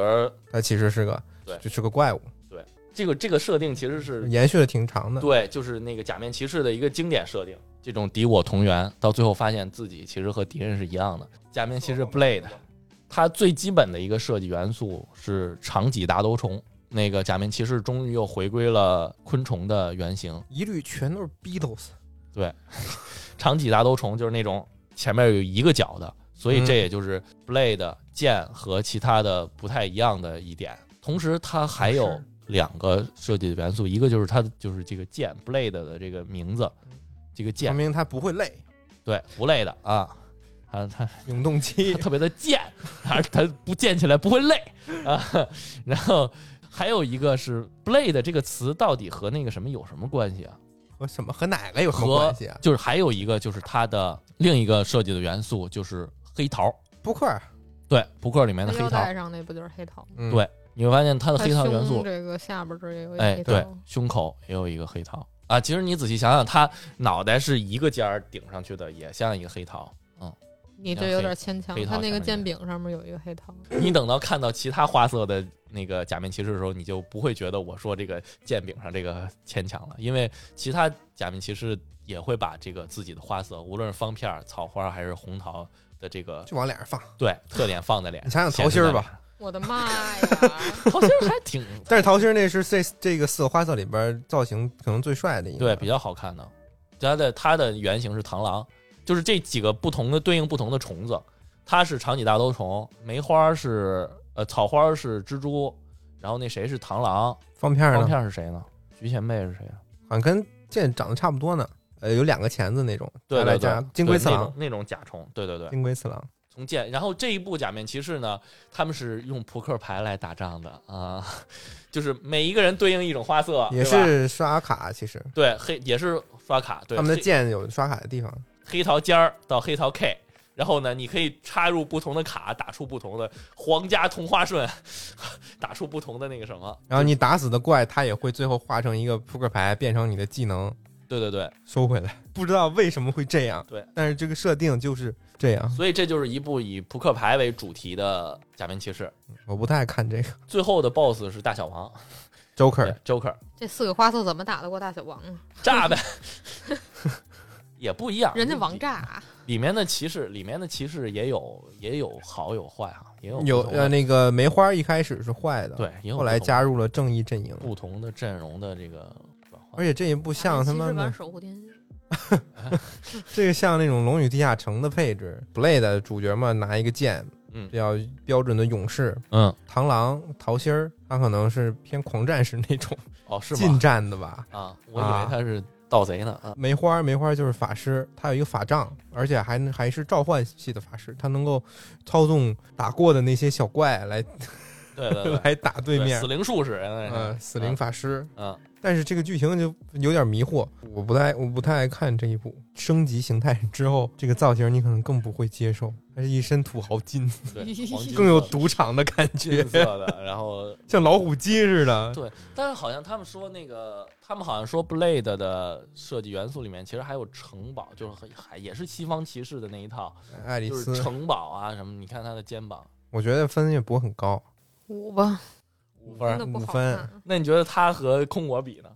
B: 它其实是个，
C: 对
B: 就是个怪物，
C: 这个这个设定其实是
B: 延续的挺长的。
C: 对，就是那个假面骑士的一个经典设定。这种敌我同源，到最后发现自己其实和敌人是一样的。假面骑士 Blade，它最基本的一个设计元素是长戟大兜虫。那个假面骑士终于又回归了昆虫的原型，
B: 一律全都是 Beatles。
C: 长戟大兜虫就是那种前面有一个角的，所以
B: 嗯
C: 这也就是 Blade 剑和其他的不太一样的一点。同时，它还有
D: 是
C: 两个设计的元素，一个就是它的就是这个剑 Blade 的这个名字，这个
B: 说
C: 剑
B: 明他不会累，
C: 对不累的啊，它它
B: 永动机
C: 它特别的贱，而它不贱起来不会累啊。然后还有一个是 blade 这个词到底和那个什么有什么关系啊？
B: 和什么和哪个有什么
C: 和
B: 关系啊？
C: 就是还有一个就是它的另一个设计的元素就是黑桃，
B: 扑克儿，
C: 对扑克里面的黑
D: 腰
C: 桃
D: 带，上那不就是黑桃吗？
B: 嗯
C: 对你会发现它的
D: 它
C: 黑桃元
D: 胸
C: 素，
D: 这个下巴这儿也有一
C: 哎，
D: 黑桃。
C: 对，胸口也有一个黑桃啊。其实你仔细想想，它脑袋是一个尖儿顶上去的，也像一个黑桃。
D: 你这有点牵强
C: 黑。桃
D: 它那
C: 下
D: 个
C: 面
D: 剑柄上面有一个 黑桃，
C: 你等到看到其他花色的那个假面骑士的时候，你就不会觉得我说这个剑柄上这个牵强了，因为其他假面骑士也会把这个自己的花色，无论是方片儿、草花还是红桃的这个
B: 就往脸上放。
C: 对特点放在脸
B: 你
C: 上。
B: 想想桃心儿吧，
D: 我的妈呀！
C: 桃心儿还挺
B: 但是桃心儿那是这这个四个花色里边儿造型可能最帅的一
C: 对
B: 个。
C: 比较好看的，它的它的原型是螳螂，就是这几个不同的对应不同的虫子，它是长戟大兜虫，梅花是呃草花是蜘蛛，然后那谁是螳螂，
B: 方片儿
C: 方
B: 呢，
C: 片儿是谁呢？徐前辈是谁啊？
B: 好像跟剑长得差不多呢。呃，有两个钳子那种，
C: 对
B: 再
C: 对
B: 来加
C: 对，
B: 金龟嗯
C: 对
B: 次
C: 那
B: 郎
C: 种，那种甲虫，对对对，
B: 金龟次郎。
C: 从剑。然后这一部假面骑士呢，他们是用扑克牌来打仗的啊，就是每一个人对应一种花色，
B: 也
C: 啊对吧
B: 是刷卡，其实
C: 对黑也是刷卡，对
B: 他们的
C: 黑
B: 剑有刷卡的地方。
C: 黑桃尖儿到黑桃 K。然后呢，你可以插入不同的卡，打出不同的皇家同花顺， 打出不同的那个什么。
B: 然后你打死的怪，它也会最后化成一个扑克牌，变成你的技能
C: 对对对，
B: 收回来。 不知道为什么会这样，
C: 对，
B: 但是这个设定就是这样。
C: 所以这就是一部以扑克牌为主题的假面骑士。
B: 我不太爱看这个
C: 最后的 BOSS 是大小王
B: Joker，
C: 对 Joker，
D: 这四个花色怎么打得过大小王啊？
C: 炸 呗，也不一样。
D: 人家王炸，啊
C: 里面的骑士，里面的骑士也有也有好有坏啊，也有
B: 有
C: 不同的
B: 呃那个梅花一开始是坏的，，
C: 对，也有
B: 后来
C: 不同
B: 加入了正义阵营，
C: 不同的阵容的这个转
B: 而
C: 换。
B: 且这也不像他
D: 其
B: 妈
D: 实玩
B: 的，
D: 守护天蝎，
B: 这个像那种《龙与地下城》的配置，Blade 主角嘛拿一个剑，
C: 嗯
B: 比较标准的勇士，
C: 嗯，
B: 螳螂、桃心儿，他可能是偏狂战士那种
C: 哦，是
B: 近
C: 吗？
B: 战的吧。
C: 啊，我以
B: 啊
C: 为他是盗贼呢啊。
B: 梅花，梅花就是法师，他有一个法杖，而且还能还是召唤系的法师，他能够操纵打过的那些小怪来
C: 对对对，
B: 来打呃 对面
C: 死。灵术士，嗯
B: 呃，死灵，法师，
C: 嗯，
B: 但是这个剧情就有点迷惑，我不太我不太爱看这一部。升级形态之后，这个造型你可能更不会接受，它是一身土豪金，
C: 对，黄金
B: 更有
C: 色
B: 赌场的感觉
C: 金，色的，然后
B: 像老虎机似的。
C: 对，但是好像他们说那个，他们好像说 Blade 的设计元素里面其实还有城堡，就是很还也是西方骑士的那一套，
B: 爱丽
C: 就是
B: 丝，
C: 城堡啊什么，你看他的肩膀
B: 我觉得分也不会很高，
D: 五吧，
C: 五
D: 真
C: 分
D: 的
C: 儿，
D: 不
B: 五
D: 好
B: 分
D: 看。啊
C: 那你觉得他和空我比呢？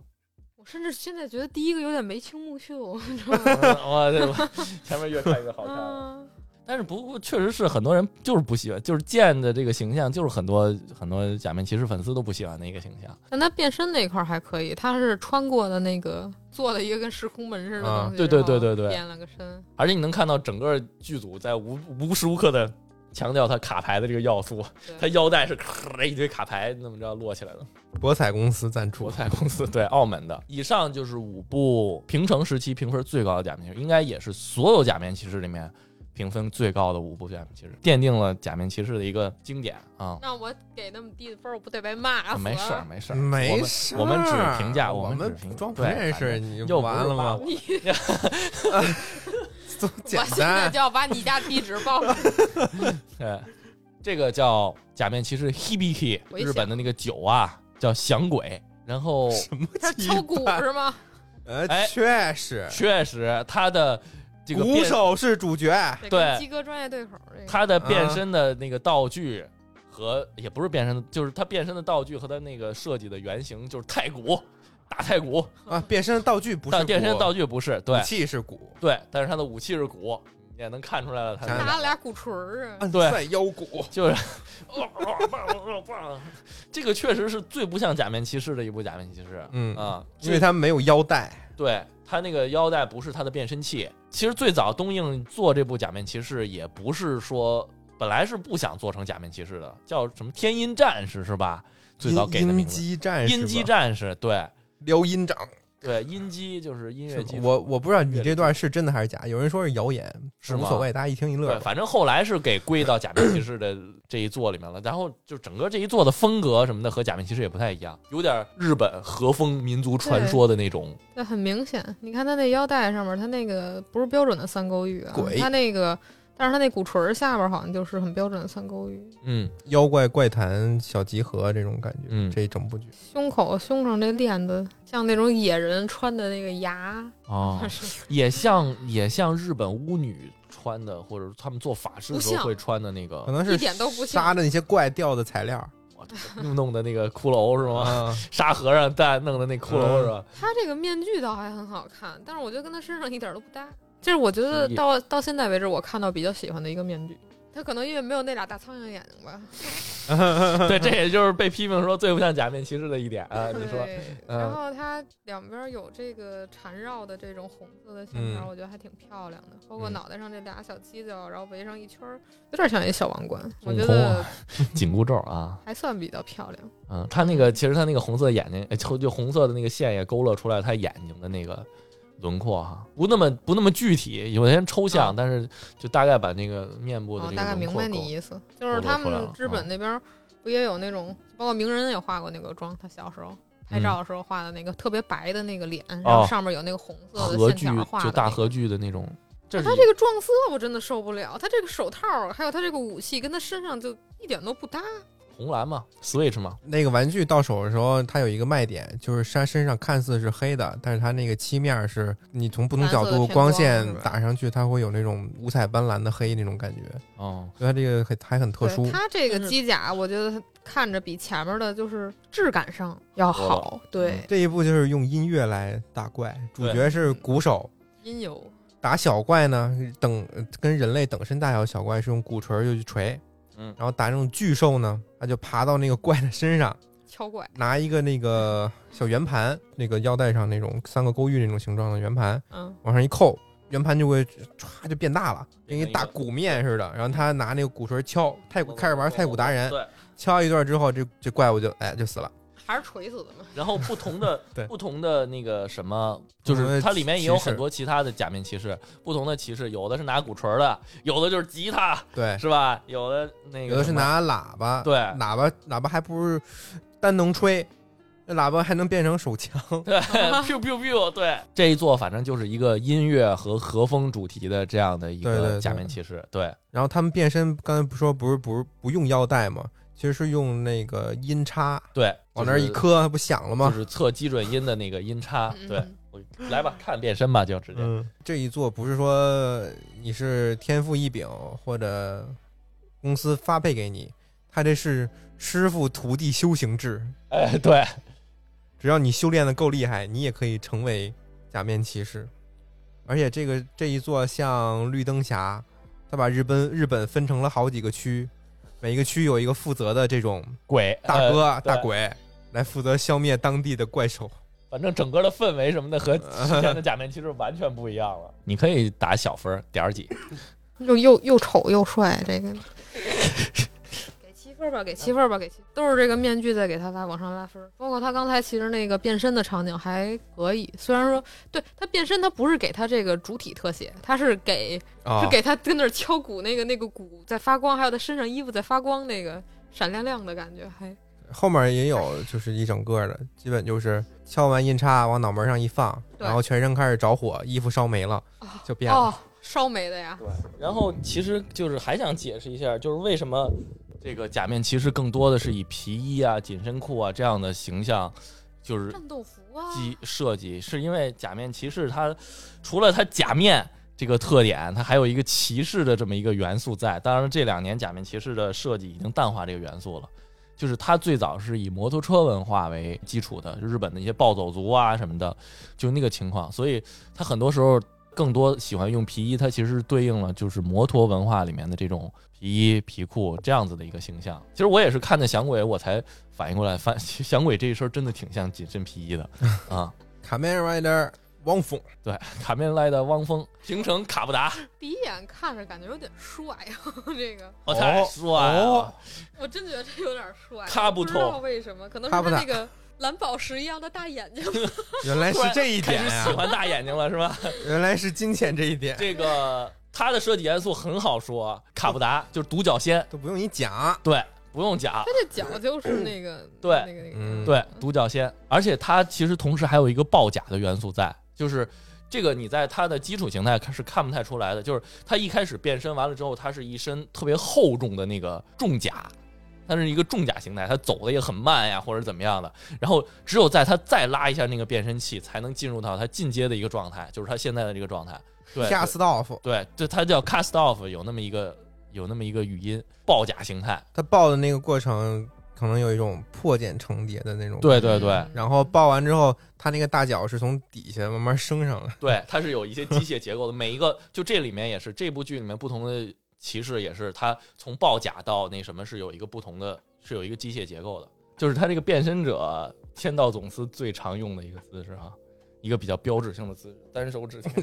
D: 我甚至现在觉得第一个有点眉清目秀，
C: 哇，这我嗯 前面越看越好看啊了。
D: 嗯，
C: 但是不过确实是很多人就是不喜欢，就是剑的这个形象，就是很多很多假面骑士粉丝都不喜欢的一个形象。
D: 但他变身那块儿还可以，他是穿过的那个做了一个跟时空门似的
B: 啊
D: 东西，
C: 对对
D: 然后
C: 对对对
D: 变了个身。
C: 而且你能看到整个剧组在无无时无刻的强调他卡牌的这个要素，
D: 对
C: 他腰带是 咔一堆卡牌那么着摞起来的。
B: 博彩公司赞
C: 国
B: 助。
C: 泰公司对澳门的。以上就是五部平成时期评分最高的假面骑士，应该也是所有假面骑士里面评分最高的五部假面骑士，奠定了假面骑士的一个经典啊。
D: 那我给那么低的分儿，我不得被骂死？啊
C: 没事儿，，没事儿，
B: 没事儿
C: 我们我们只评价
B: 我
C: 我们只评
B: 们装不
C: 对
B: 认
C: 反
B: 识，
C: 正
B: 你
C: 又不是
B: 完了
C: 骂
B: 吗？
C: 我
D: 你
B: 这么啊简
D: 我现在
B: 单
D: 就，要把你家地址报出来。
C: 对，这个叫假面骑士 Hibiki，
D: 我一想
C: 日本的那个酒啊叫响鬼。然后
B: 什么
D: 他
B: 鸡
D: 敲鼓
B: 蛋
D: 是吗？
B: 呃，
C: 哎
B: 确实，
C: 确实他的这个
B: 鼓
C: 变
B: 手是主角，
D: 得
C: 对
D: 跟鸡哥专业对口儿这个。
C: 他的变
B: 啊
C: 身的那个道具和也不是变身的，就是他变身的道具和他那个设计的原型就是太鼓、打太鼓，
D: 嗯
B: 啊，变身道具不是
C: 但
B: 鼓，
C: 变身道具不是，对
B: 武器是鼓，
C: 对，但是他的武器是鼓，你也能看出来了，他
B: 想
C: 是
B: 想
D: 拿了俩鼓槌儿啊，
B: 按
C: 对
B: 赛腰鼓，
C: 就是， 这个确实是最不像假面骑士的一部假面骑士，
B: 嗯
C: 啊，
B: 因为他们没有腰带，
C: 对他那个腰带不是他的变身器。其实最早东映做这部假面骑士也不是说本来是不想做成假面骑士的，叫什么天音战士是吧？最早给的
B: 音
C: 名字，
B: 机战士吧，
C: 音机战士，对
B: 撩阴掌。
C: 对，音机就是音乐
B: 是
C: 机
B: 吧，我我不知道你这段是真的还是假，有人说是谣言，
C: 是
B: 无
C: 吗
B: 所谓，大家一听一乐
C: 对，
B: 吧。
C: 反正后来是给归到假面骑士的这一座里面了。然后就整个这一座的风格什么的和假面骑士也不太一样，有点日本和风民族传说的那种。
D: 那很明显。你看他那腰带上面，他那个不是标准的三勾玉啊
B: 鬼，
D: 他那个，但是他那鼓槌儿下边好像就是很标准的三勾玉，
C: 嗯，
B: 妖怪怪谈小集合这种感觉，
C: 嗯
B: 这一整部剧
D: 胸口胸上这链子像那种野人穿的那个牙，
C: 哦
D: 是
C: 也像也像日本巫女穿的，或者他们做法事的时
D: 不
C: 候
D: 像
C: 会穿的那
B: 可
C: 个，
B: 能
D: 一
B: 是
D: 点都不
B: 杀
D: 像。
B: 的那些怪掉的材料
C: 弄的那个骷髅是吗？
B: 啊，
C: 沙和尚蛋弄的那骷髅是吧？
D: 他这个面具倒还很好看，但是我觉得跟他身上一点都不搭。这是我觉得
C: 也
D: 到到现在为止，我看到比较喜欢的一个面具。他可能因为没有那俩大苍蝇眼睛吧。
C: 对，这也就是被批评说最不像假面骑士的一点啊。你说，
D: 对，
C: 嗯
D: 然后它两边有这个缠绕的这种红色的线条，
B: 嗯
D: 我觉得还挺漂亮的。包括
B: 嗯
D: 脑袋上这俩小犄角，然后围上一圈儿，有点像一小王冠，我
C: 孙悟
D: 觉
C: 空
D: 得
C: 啊紧箍咒啊，
D: 还算比较漂亮。
C: 嗯，他那个其实他那个红色眼睛，哎就就红色的那个线也勾勒出来他眼睛的那个轮廓哈，不那么不那么具体，有些人抽象，
D: 嗯
C: 但是就大概把那个面部的
D: 哦，
C: 这
D: 大概
C: 个轮
D: 明
C: 廓
D: 白
C: 勾
D: 你意思，就
C: 勾勒
D: 是他
C: 出来
D: 们
C: 了啊
D: 日本那边不也有那种，包括名人也画过那个妆，他小时候。
C: 嗯
D: 拍照的时候画的那个特别白的那个脸，然后上面有那个红色的
C: 合
D: 线
C: 剧
D: 条画
C: 哦
D: 的、那
C: 就
D: 个，
C: 大合剧的那种，这是
D: 他这个撞色我真的受不了，他这个手套还有他这个武器跟他身上就一点都不搭。
C: 红蓝嘛，Switch 嘛，
B: 那个玩具到手的时候，它有一个卖点，就是它身上看似是黑的，但是它那个漆面是你从不同角
D: 蓝色
B: 度
D: 的偏光
B: 线
D: 是吧
B: 打上去，它会有那种五彩斑斓的黑那种感觉，
C: 哦，
B: 所以它这个很还很特殊
D: 对，它这个
C: 但是
D: 机甲，我觉得它看着比前面的就是质感上要好。
C: 嗯
D: 对，
B: 这一部就是用音乐来打怪，主
C: 对
B: 角是鼓手，
D: 音游
B: 打小怪呢，等呃跟人类等身大小的小怪是用鼓槌儿就去锤，
C: 嗯
B: 然后打那种巨兽呢，他就爬到那个怪的身上，
D: 敲怪，
B: 拿一个那个小圆盘，那个腰带上那种三个勾玉那种形状的圆盘，
D: 嗯，
B: 往上一扣，圆盘就会歘就变大了，跟
C: 变成
B: 一
C: 一个
B: 大鼓面似的。然后他拿那个鼓槌敲太鼓，开始玩太鼓达人，
C: 哦对，
B: 敲一段之后，这这怪物就哎就死了。
D: 还是锤死的嘛。
C: 然后不同的
B: 对
C: 不同的那个什么，
B: 不
C: 就
B: 同的
C: 是它里面也有
B: 骑士
C: 很多其他的假面骑士，不同的骑士，有的是拿鼓槌儿的，有的就是吉他
B: 对，
C: 是吧？有的那个
B: 有的是
C: 什么
B: 拿喇叭，
C: 对
B: 喇叭喇叭还不是单能吹，那喇叭还能变成手枪。
C: 对 ，biu biu biu，对，这一座反正就是一个音乐和和风主题的这样的一
B: 对对对
C: 个假面骑士，对
B: 然后他们变身，刚才不说不是不是不用腰带吗？其实是用那个音叉
C: 对，
B: 往那儿一
C: 磕，
B: 磕，它不响了
C: 就
B: 吗？
C: 是测基准音的那个音叉，
D: 嗯
C: 啊对，我来吧，看变身吧，就直接，
B: 嗯，这一做不是说你是天赋异禀或者公司发配给你，他这是师傅徒弟修行制，
C: 哎，对，
B: 只要你修炼的够厉害，你也可以成为假面骑士。而且这个这一座像绿灯侠，他把日本日本分成了好几个区，每一个区有一个负责的这种
C: 鬼
B: 大
C: 呃
B: 哥、
C: 对
B: 大鬼来负责消灭当地的怪兽。
C: 反正整个的氛围什么的 和之前的假面骑士完全不一样了。你可以打小分儿点儿几，
D: 又又又丑又帅，这个 给七分吧，给七分吧，给七，都是这个面具在给他拉往上拉分。包括他刚才其实那个变身的场景还可以，虽然说对他变身，他不是给他这个主体特写，他是给
B: 啊
D: 是给他跟那儿敲鼓，那个那个鼓在发光，还有他身上衣服在发光，那个闪亮亮的感觉，还
B: 后面也有，就是一整个的，基本就是敲完音叉往脑门上一放，
D: 对
B: 然后全身开始着火，衣服烧没了
D: 啊
B: 就变了。
D: 哦，烧没的呀，
C: 然后其实就是还想解释一下，就是为什么这个假面骑士更多的是以皮衣啊、紧身裤啊这样的形象，就是
D: 战斗服啊，
C: 机设计，是因为假面骑士它除了它假面这个特点，它还有一个骑士的这么一个元素在。当然，这两年假面骑士的设计已经淡化这个元素了，就是它最早是以摩托车文化为基础的，就日本的一些暴走族啊什么的，就那个情况，所以它很多时候更多喜欢用皮衣，它其实是对应了就是摩托文化里面的这种皮衣、皮裤这样子的一个形象。其实我也是看的《响鬼》，我才反应过来，反 响鬼这一身真的挺像紧身皮衣的啊。
B: 卡梅瑞的汪 峰，
C: 对，卡面赖的汪峰，平成卡布达，
D: 第一眼看着感觉有点帅，啊 这个
C: 我太
B: 哦
C: 帅了。
B: 哦
D: 我真觉得这有点帅，
C: 卡布
D: 不知
C: 托
D: 道为什么，可能是
B: 卡布
D: 他
B: 塔
D: 那个蓝宝石一样的大眼睛。
B: 原来是这一
C: 开
B: 点
C: 始
B: 呀、
C: 喜欢大眼睛了是吧？
B: 原来是金钱这一点，
C: 这个他的设计元素很好说，卡布达就是独角仙，
B: 都不用你讲。
C: 对，不用讲
D: 他，这脚就是那个
C: 对
D: 那个那
B: 嗯
D: 个
C: 对，独角仙，而且它其实同时还有一个爆甲的元素在，就是。这个你在它的基础形态是看不太出来的，就是它一开始变身完了之后，它是一身特别厚重的那个重甲，它是一个重甲形态，它走的也很慢呀，或者怎么样的。然后只有在它再拉一下那个变身器，才能进入到它进阶的一个状态，就是它现在的这个状态。对，
B: 吓死 off，
C: 对，就它叫 cast off，有那么一个有那么一个语音爆甲形态。
B: 他爆的那个过程，可能有一种破茧成蝶的那种。，
C: 对对
D: 嗯
C: 对
B: 然后爆完之后，他那个大脚是从底下慢慢升上来。
C: 对，它是有一些机械结构的。每一个就这里面也是这部剧里面不同的骑士也是，它从爆甲到那什么是有一个不同的，是有一个机械结构的。就是它这个变身者签到总司最常用的一个姿势啊，一个比较标志性的姿势，单手指天。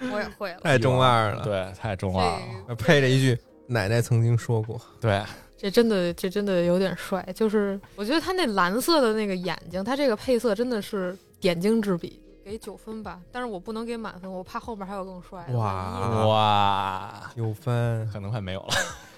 D: 我也会了。
C: 哎
B: 太中二了，
C: 对，太中二了。
D: 这
B: 呃配着一句“奶奶曾经说过
C: 对，
D: 这真的这真的有点帅，就是我觉得他那蓝色的那个眼睛，他这个配色真的是点睛之笔，给九分吧，但是我不能给满分，我怕后面还有更帅的。
B: 哇
D: 万一呢
C: 哇”，，
B: 九分，
C: 可能快没有了。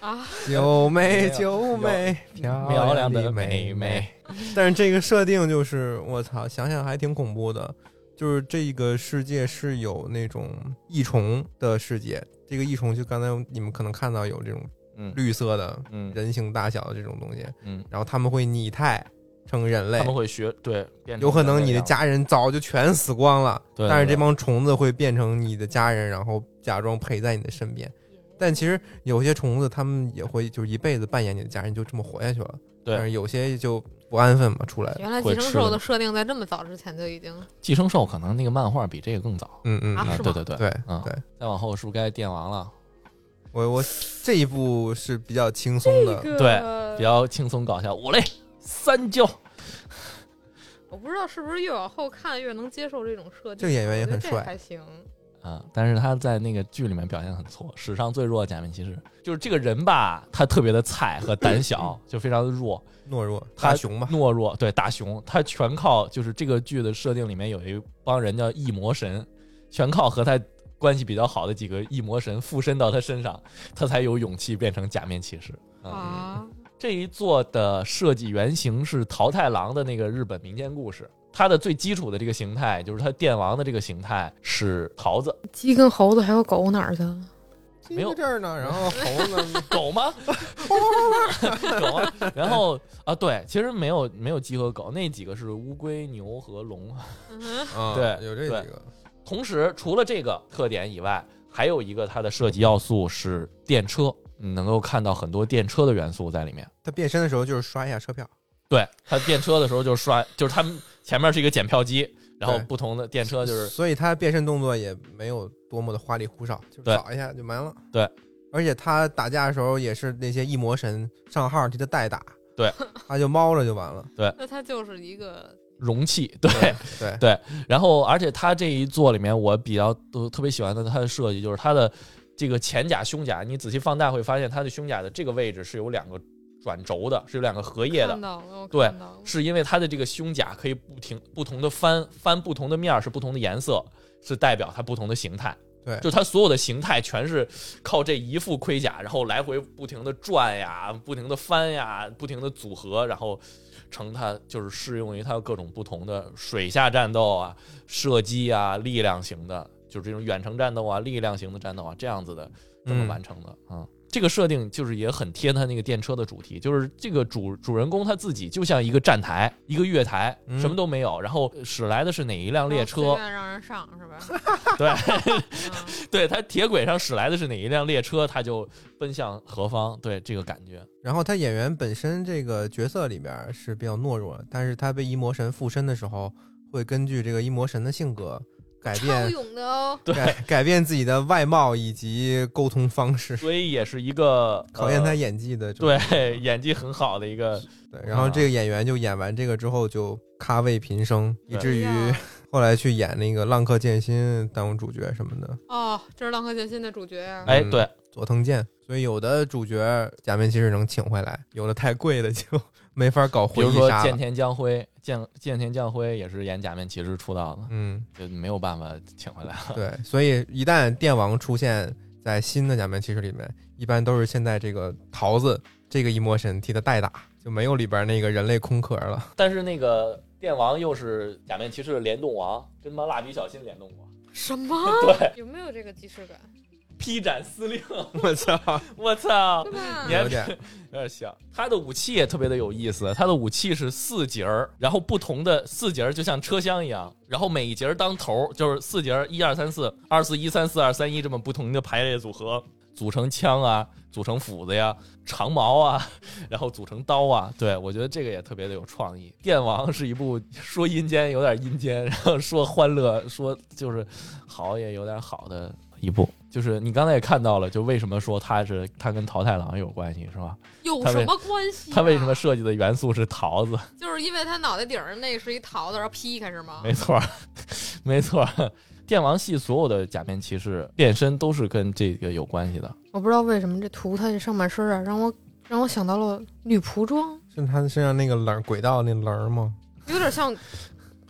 D: 啊，
B: 九妹九妹，
C: 漂
B: 漂
C: 亮
B: 亮
C: 的
B: 的
C: 妹
B: 妹
C: 妹。
B: 但是这个设定就是，我操，想想还挺恐怖的。就是这个世界是有那种异虫的世界，这个异虫就刚才你们可能看到有这种
C: 嗯
B: 绿色的
C: 嗯
B: 人形大小的这种东西，
C: 嗯，
B: 然后他们会拟态成人类
C: 他，们会学对，变成
B: 有可能你的
C: 人类样子
B: 家人早就全死光了，
C: 对对
B: 但是
C: 对
B: 这帮虫子会变成你的家人，然后假装陪在你的身边。但其实有些虫子，它们也会就是一辈子扮演你的家人，就这么活下去了。
C: 对
B: 但是有些就不安分嘛，出来。
D: 原来寄
C: 会
D: 生
C: 吃的
D: 兽的设定在这么早之前就已经
C: 寄生兽可能那个漫画比这个更早
B: 嗯嗯，
D: 啊
B: 嗯
C: 啊，
D: 是
C: 对
D: 吗
C: 对对，
B: 对
C: 嗯
B: 对，
C: 再往后是不是该电王了？
B: 我我这一部是比较轻松的，
C: 对比较轻松搞笑，我嘞三舅，
D: 我不知道是不是越往后看越能接受这种设定。
B: 这个演员也
D: 我觉得
B: 很
D: 这
B: 帅
D: 还行。
C: 啊，但是他在那个剧里面表现很挫，史上最弱的假面骑士，就是这个人吧，他特别的菜和胆小，就非常的弱，
B: 懦弱
C: 他
B: 大熊吧，
C: 懦弱，对大熊，他全靠就是这个剧的设定里面有一帮人叫异魔神，全靠和他关系比较好的几个异魔神附身到他身上，他才有勇气变成假面骑士。啊，
D: 啊，
C: 这一座的设计原型是桃太郎的那个日本民间故事。它的最基础的这个形态，就是它电王的这个形态是桃子，
D: 鸡跟猴子还有狗哪儿去了？
C: 没有
B: 鸡在这儿呢，然后猴子呢
C: 狗吗？狗吗？然后啊，对，其实没有没有鸡和狗，那几个是乌龟、牛和龙。
D: 嗯
B: 啊，
C: 对
B: 有这
C: 对
B: 几个，
C: 同时，除了这个特点以外，还有一个它的设计要素是电车，你能够看到很多电车的元素在里面。
B: 他变身的时候就是刷一下车票，
C: 对，它电车的时候就刷，就是他们前面是一个检票机，然后
B: 对
C: 不同的电车就是
B: 所以他变身动作也没有多么的花里胡哨，就是
C: 对
B: 扫一下就完了。
C: 对，
B: 而且他打架的时候也是那些异魔神上号替他代打，
C: 对，
B: 他就猫了就完了。
D: 那它就是一个
C: 容器，对，
B: 对，
C: 然后，而且它这一座里面，我比较都特别喜欢的它的设计，就是它的这个前甲、胸甲，你仔细放大会发现，它的胸甲的这个位置是有两个转轴的，是有两个荷 叶的
D: 看，到了，我
C: 对
D: 看到了。
C: 是因为它的这个胸甲可以不停不同的翻翻不同的面儿，是不同的颜色，是代表它不同的形态。
B: 对
C: 就它所有的形态全是靠这一副盔甲，然后来回不停的转呀，不停的翻呀，不停的组合，然后成它就是适用于它各种不同的水下战斗啊、射击啊、力量型的，就是这种远程战斗啊、力量型的战斗啊这样子的这么完成的啊、嗯这个设定就是也很贴他那个电车的主题，就是这个主主人公他自己就像一个站台、一个月台，
B: 嗯
C: 什么都没有，然后驶来的是哪一辆列
D: 随
C: 车？
D: 便让人上是吧？
C: 对，
D: 嗯
C: 对 他铁轨上驶来的是哪一辆列车，他就奔向何方。对这个感觉，
B: 然后他演员本身这个角色里边儿是比较懦弱，但是他被一魔神附身的时候，会根据这个一魔神的性格改
D: 超
B: 变
D: 勇的哦，
C: 对，
B: 改改变自己的外貌以及沟通方式，
C: 所以也是一个
B: 考验他
C: 呃
B: 演技的这种。
C: 对演技很好的一个
B: 对，然后
C: 啊
B: 这个演员就演完这个之后就咖位频升，以
C: 对
B: 至于
D: 哎呀
B: 后来去演那个《浪客剑心》当主角什么的，
D: 哦，这是《浪客剑心》的主角啊呀、
C: 哎
B: 嗯
C: 对
B: 佐藤健。所以有的主角假面骑士能请回来，有的太贵的就没法搞
C: 比
B: 回
C: 如
B: 忆
C: 说
B: 杀
C: 剑
B: 了。
C: 田将辉，剑剑田将辉也是演假面骑士出道的，
B: 嗯，
C: 就没有办法请回来了。
B: 对，所以一旦电王出现在新的假面骑士里面，一般都是现在这个桃子这个一魔神替他代打，就没有里边那个人类空壳 了。
C: 但是那个电王又是假面骑士联动王，跟他妈蜡笔小新联动过，
D: 什么？ 对，有没有这个即视感？
C: 劈斩司令，
B: 我操，
C: 我操
D: 对，吧
C: 你？还
B: 有点
C: 有点像。他呃的武器也特别的有意思，他的武器是四节儿，然后不同的四节儿就像车厢一样，然后每一节儿当头儿，就是四节儿一二三四，二四一三四二三一这么不同的排列组合，组成枪啊，组成斧子呀，长矛啊，然后组成刀啊。对我觉得这个也特别的有创意。电王是一部说阴间有点阴间，然后说欢乐说就是好也有点好的。一部就是你刚才也看到了，就为什么说它是它跟桃太郎有关系是吧？
D: 有
C: 他为
D: 什么关系、啊？
C: 他为什么设计的元素是 桃子？
D: 就是因为他脑袋顶上那是一桃子，然后劈开是吗？
C: 没错儿，没错儿。电王系所有的假面骑士变身都是跟这个有关系的。
D: 我不知道为什么这图他这上半身啊，让我让我想到了女仆装，
B: 是他身上那个棱儿轨道那棱儿吗？
D: 有点像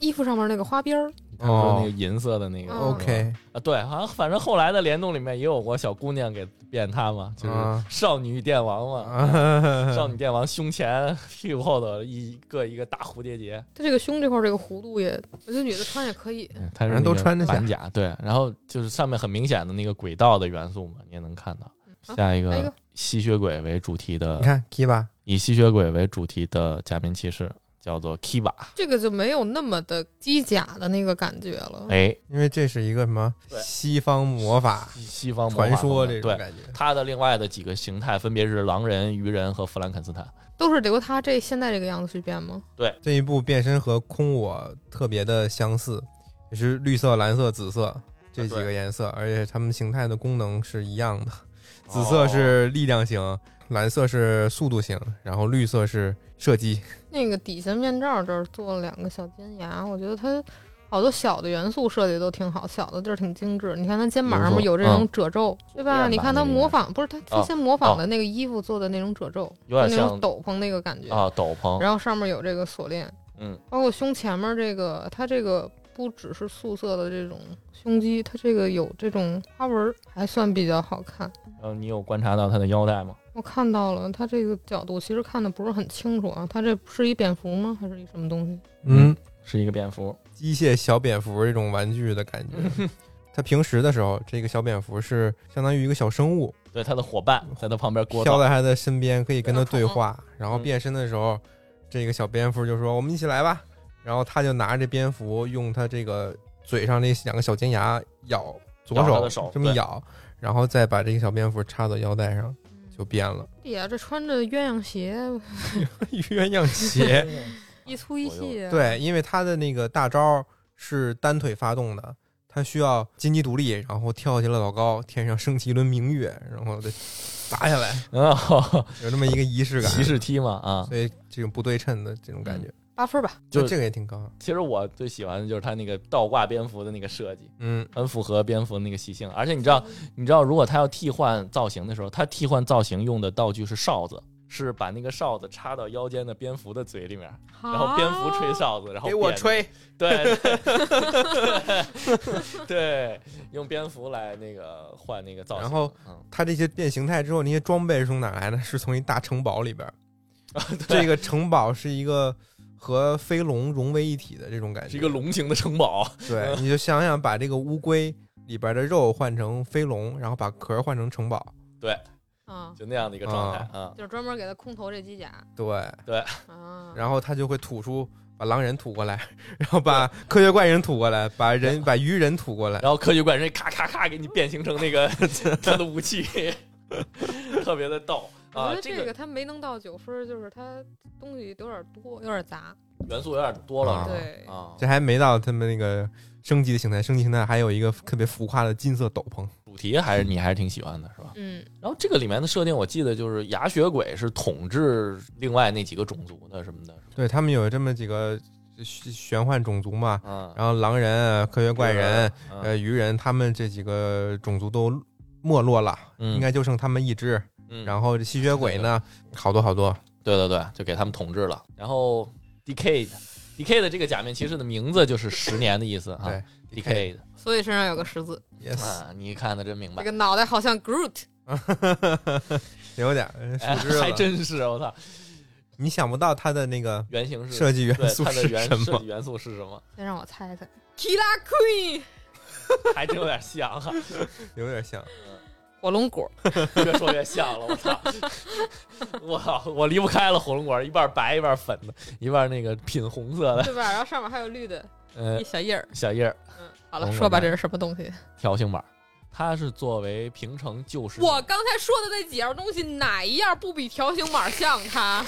D: 衣服上面那个花边儿。
C: 他们说那个银色的那个、
D: 哦
B: OK，
C: 啊，对，好像反正后来的联动里面也有过小姑娘给变他嘛，就是
B: 啊
C: 少女与电王嘛。 少女电王胸前、屁股后头一个一个大蝴蝶结，
D: 他这个胸这块儿这个弧度也，我觉得女的穿也可以。
C: 嗯它是
B: 反正都
C: 那个
B: 穿着下
C: 板甲，对，然后就是上面很明显的那个轨道的元素嘛，你也能看到。
B: 嗯
C: 下
D: 啊
C: 一
D: 还有一
C: 个
D: 个
C: 吸血鬼为主题
B: 哎
C: 的
B: 你看 Kiba
C: 以吸血鬼为主题的假面骑士叫做 Kiva，
D: 这个就没有那么的机甲的那个感觉了。
C: 哎，
B: 因为这是一个什么
C: 对
B: 西方魔法
C: 西西方魔法
B: 传说这种
C: 对。
B: 感觉，
C: 它的另外的几个形态分别是狼人、鱼人和弗兰肯斯坦。
D: 都是留他这现在这个样子去变吗？
B: 这一部变身和空我特别的相似，也是绿色、蓝色、紫色这几
C: 啊
B: 个
C: 对
B: 颜色，而且它们形态的功能是一样的。
C: 哦
B: 紫色是力量型，蓝色是速度型，然后绿色是射击。
D: 那个底下面罩这儿做了两个小尖牙，我觉得它好多小的元素设计都挺好，小的地儿挺精致。你看它肩膀上面有这种褶皱，对吧？
C: 嗯
D: 你看它模仿，不是它它
C: 啊
D: 先模仿的那个衣服做的那种褶皱，
C: 有点
D: 就那种
C: 像
D: 斗篷那个感觉，
C: 啊斗篷，
D: 然后上面有这个锁链，
C: 嗯，
D: 包括胸前面这个，它这个不只是素色的这种胸肌，它这个有这种花纹儿，还算比较好看。
C: 然呃后你有观察到它的腰带吗？
D: 我看到了，它这个角度其实看的不是很清楚啊。它这是一蝙蝠吗？还是一什么东西？
B: 嗯，
C: 是一个蝙蝠，
B: 机械小蝙蝠这种玩具的感 觉。它平时的时候，这个小蝙蝠是相当于一个小生物，
C: 对，它的伙伴在它旁边聒
B: 飘
C: 噪，
B: 在他的身边，可以跟他对
D: 跟他
C: 啊
B: 话。然后变身的时
C: 嗯
B: 候，这个小蝙蝠就说：“我们一起来吧。”然后他就拿着蝙蝠，用他这个嘴上那两个小尖牙咬左
C: 咬他
B: 手，
C: 的手
B: 这么
C: 对嗯
B: 咬，然后再把这个小蝙蝠插到腰带上，就变 了
D: 哎呀，这穿着鸳鸯鞋，
B: 鸳鸯 鞋。
C: 嗯
D: 一粗一细。，
B: 对，因为他的那个大招是单腿发动的。他需要金鸡独立，然后跳起了老高，天上升起一轮明月，然后再砸下来，
C: 嗯，
B: 有这么一个仪式感，
C: 骑士踢嘛啊。
B: 所以这种不对称的这种感觉，
D: 八分吧。
C: 就
B: 就这个也挺高。啊
C: 其实我最喜欢的就是它那个倒挂蝙蝠的那个设计，
B: 嗯，
C: 很符合蝙蝠的那个习性。而且你知道，你知道，如果他要替换造型的时候，他替换造型用的道具是哨子，是把那个哨子插到腰间的蝙蝠的嘴里面，
D: 啊
C: 然后蝙蝠吹
D: 上。
C: 哨子，然后
B: 给我
C: 变，
B: 吹，
C: 对对 对对，用蝙蝠来那个换那个造型。
B: 然后，
C: 嗯，
B: 它这些变形态之后，那些装备是从哪来的？是从一大城堡里边儿。这
C: 啊对
B: 个城堡是一个和飞龙融为一体的这种感觉，
C: 是一个。嗯龙形的城堡，
B: 对，你就想想把这个乌龟里边的肉换成飞龙，然后把壳换成城堡，
D: 啊，
C: 就那样的一个状态啊。
D: 就是专门给他空投这机甲
B: 对，
C: 嗯
D: 啊。
B: 然后他就会吐出把狼人吐过来，然后把科学怪人吐过来，把人
C: 嗯
B: 把鱼人吐过来。
C: 然后科技怪人咔咔咔给你变形成 那个他的武器，特别的逗
D: 我觉
C: 啊
D: 得。
C: 这
D: 这
C: 个
D: 个他没能到九分儿，就是他东西有点多，有点杂。
C: 元素有点多了
B: 啊
D: 对，
C: 啊
B: 这。还没到他们那个升级的形态，升级形态还有一个特别浮夸的金色斗篷。
C: 主题
B: 嗯
C: 还是你还是挺喜欢的是吧？
D: 嗯，
C: 然后这个里面的设定，我记得就是牙血鬼是统治另外那几个种族的什么的，
B: 对他们有这么几个呃玄玄幻种族嘛，
C: 嗯，
B: 然后狼人、科学怪人、
C: 嗯，
B: 啊呃鱼人，他们这几个种族都没落了，
C: 嗯
B: 应该就剩他们一只。
C: 嗯
B: 然后这吸血鬼 呢，好多好多。
C: 对对对，就给他们统治了。然后 decade decade 的这个假面骑士的名字就是十年的意思啊
B: 对
C: decade
D: 所以身上有个十字，
B: Yes，
C: 啊，你看的真明
D: 这
C: 白
D: 个，脑袋好像 Groot，
B: 有点 儿
C: 哎
B: 树枝
C: 还
B: 了。
C: 真是我操，
B: 你想不到它的那个
C: 原型是
B: 设计元
C: 对
B: 素
C: 它的
B: 是
C: 原
B: 什
C: 设
B: 么
C: 计？元素是什么？
D: 先让我猜猜，Killa Queen
C: 还真有点像啊，
B: 有点像。
D: 火龙果，
C: 越说越像了，我操！我操，我离不开了火龙果，一半白一半粉的，一半那个品红色的，
D: 对吧？然后上面还有 绿的
C: 嗯、
D: 一小叶儿。
C: 小叶儿
D: 嗯，好
B: 火
D: 了，
B: 龙
D: 说吧，
B: 果
D: 这是什么东西？
C: 条形码，它是作为平城旧时
D: 我刚才说的那几样东西，哪一样不比条形码像它？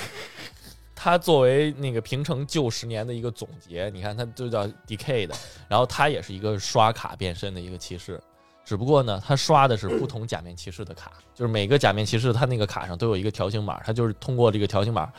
C: 它作为那个平成旧十年的一个总结，你看它就叫 Decay 的，然后它也是一个刷卡变身的一个骑士，只不过呢，它刷的是不同假面骑士的卡，就是每个假面骑士它那个卡上都有一个条形码，它就是通过这个条形码，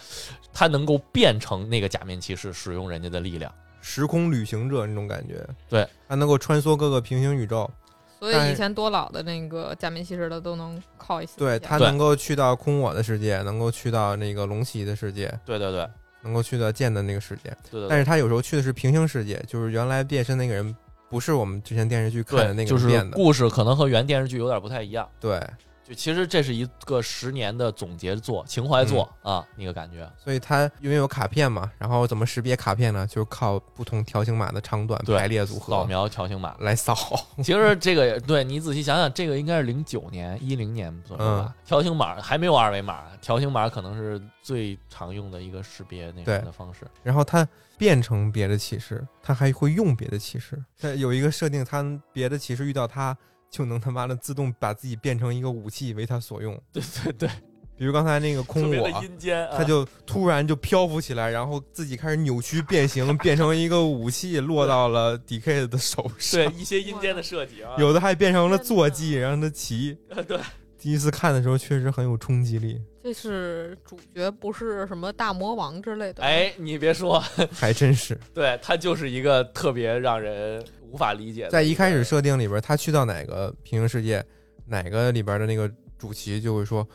C: 它能够变成那个假面骑士使用人家的力量。
B: 时空旅行者那种感觉，
C: 对，
B: 它能够穿梭各个平行宇宙，
D: 所
B: 但
D: 以
B: 是
D: 以前多老的那个假面骑士的都能靠一些。啊
B: 对，它
C: 对
B: 能够去到空我的世界，能够去到那个龙骑的世界，
C: 对对对
B: 能够去到剑的那个世界。
C: 对对
B: 但
C: 对。
B: 是它有时候去的是平行世界，就是原来变身那个人不是我们之前电视剧看的那
C: 对，
B: 个
C: 就
B: 人
C: 是
B: 变的，
C: 故事可能和原电视剧有点不太一样，
B: 对，
C: 就其实这是一个十年的总结作、情怀作、
B: 嗯
C: 啊，那个感觉。
B: 所以它因为有卡片嘛，然后怎么识别卡片呢？就是靠不同条形码的长短
C: 对
B: 排列组
C: 扫
B: 合
C: 描条形码，
B: 来扫。
C: 其实这个也对你仔细想想，这个应该是零九年、一零年左右
B: 嗯
C: 吧。条形码还没有二维码，条形码可能是最常用的一个识别那
B: 对
C: 个的方式。
B: 然后他变成别的骑士，他还会用别的骑士。他有一个设定，他别的骑士遇到他就能他妈的自动把自己变成一个武器为他所用。
C: 对 对对，
B: 比如刚才那个
C: 特
B: 空
C: 别的
B: 我，
C: 阴间啊，
B: 他就突然就漂浮起来，然后自己开始扭曲变形，变成一个武器落到了 DK 的手
C: 对
B: 上。
C: 一些阴间的设计啊。
B: 有的还变成了坐骑，让他骑。
C: 对，
B: 第一次看的时候确实很有冲击力，
D: 这是主角，不是什么大魔王之类的。，
C: 哎，你别说，
B: 还真是。
C: 对它就是一个特别让人无法理解的。
B: 在一开始设定里边，他去到哪个平行世界，哪个里边的那个主题就会说，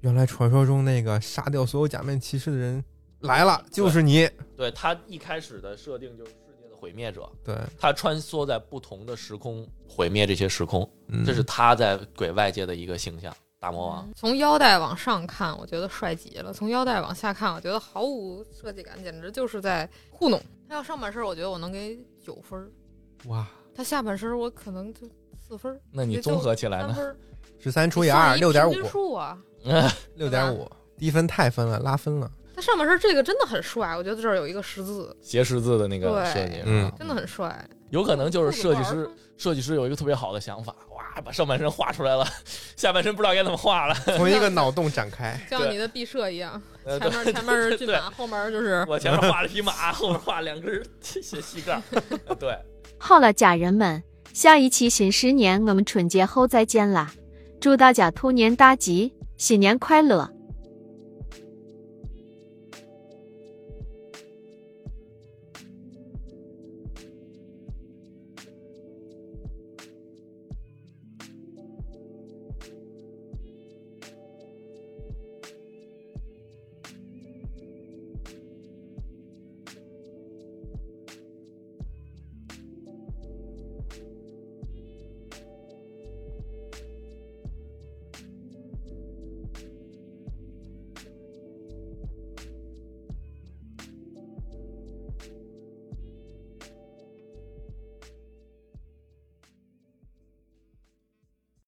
B: 原来传说中那个杀掉所有假面骑士的人来了，就是你。
C: 对它一开始的设定就是世界的毁灭者，
B: 对，
C: 它穿梭在不同的时空，毁灭这些时空，
B: 嗯
C: 这是它在给外界的一个形象。大魔王，
D: 从腰带往上看，我觉得帅极了；从腰带往下看，我觉得毫无设计感，简直就是在糊弄。他要上半身，我觉得我能给九分儿；
B: 哇，
D: 他下半身，我可能就四分儿、
C: 那你
D: 也就
C: 综合起来
D: 三
C: 呢？
D: 分儿。
B: 十三除以二，六点五
D: 平，均数啊！
B: 六点五，低分太分了，拉分了。
D: 他上半身这个真的很帅，我觉得这儿有一个十字，
C: 斜十字的那个
D: 对
C: 设计，
B: 嗯
D: 真的很帅。
C: 有可能就是设计师
D: 裤，
C: 设计师有一个特别好的想法，哇，把上半身画出来了，下半身不知道该怎么画了。
B: 从一个脑洞展开，
D: 子像你的毕设一样，
C: 呃
D: 前
C: 对
D: 面前面是骏
C: 对
D: 马，后面就是
C: 我前面画了匹马， 后面画两根斜膝盖儿， 呃对，
A: 好了，家人们，下一期新十年我们春节后再见啦！祝大家兔年大吉，新年快乐！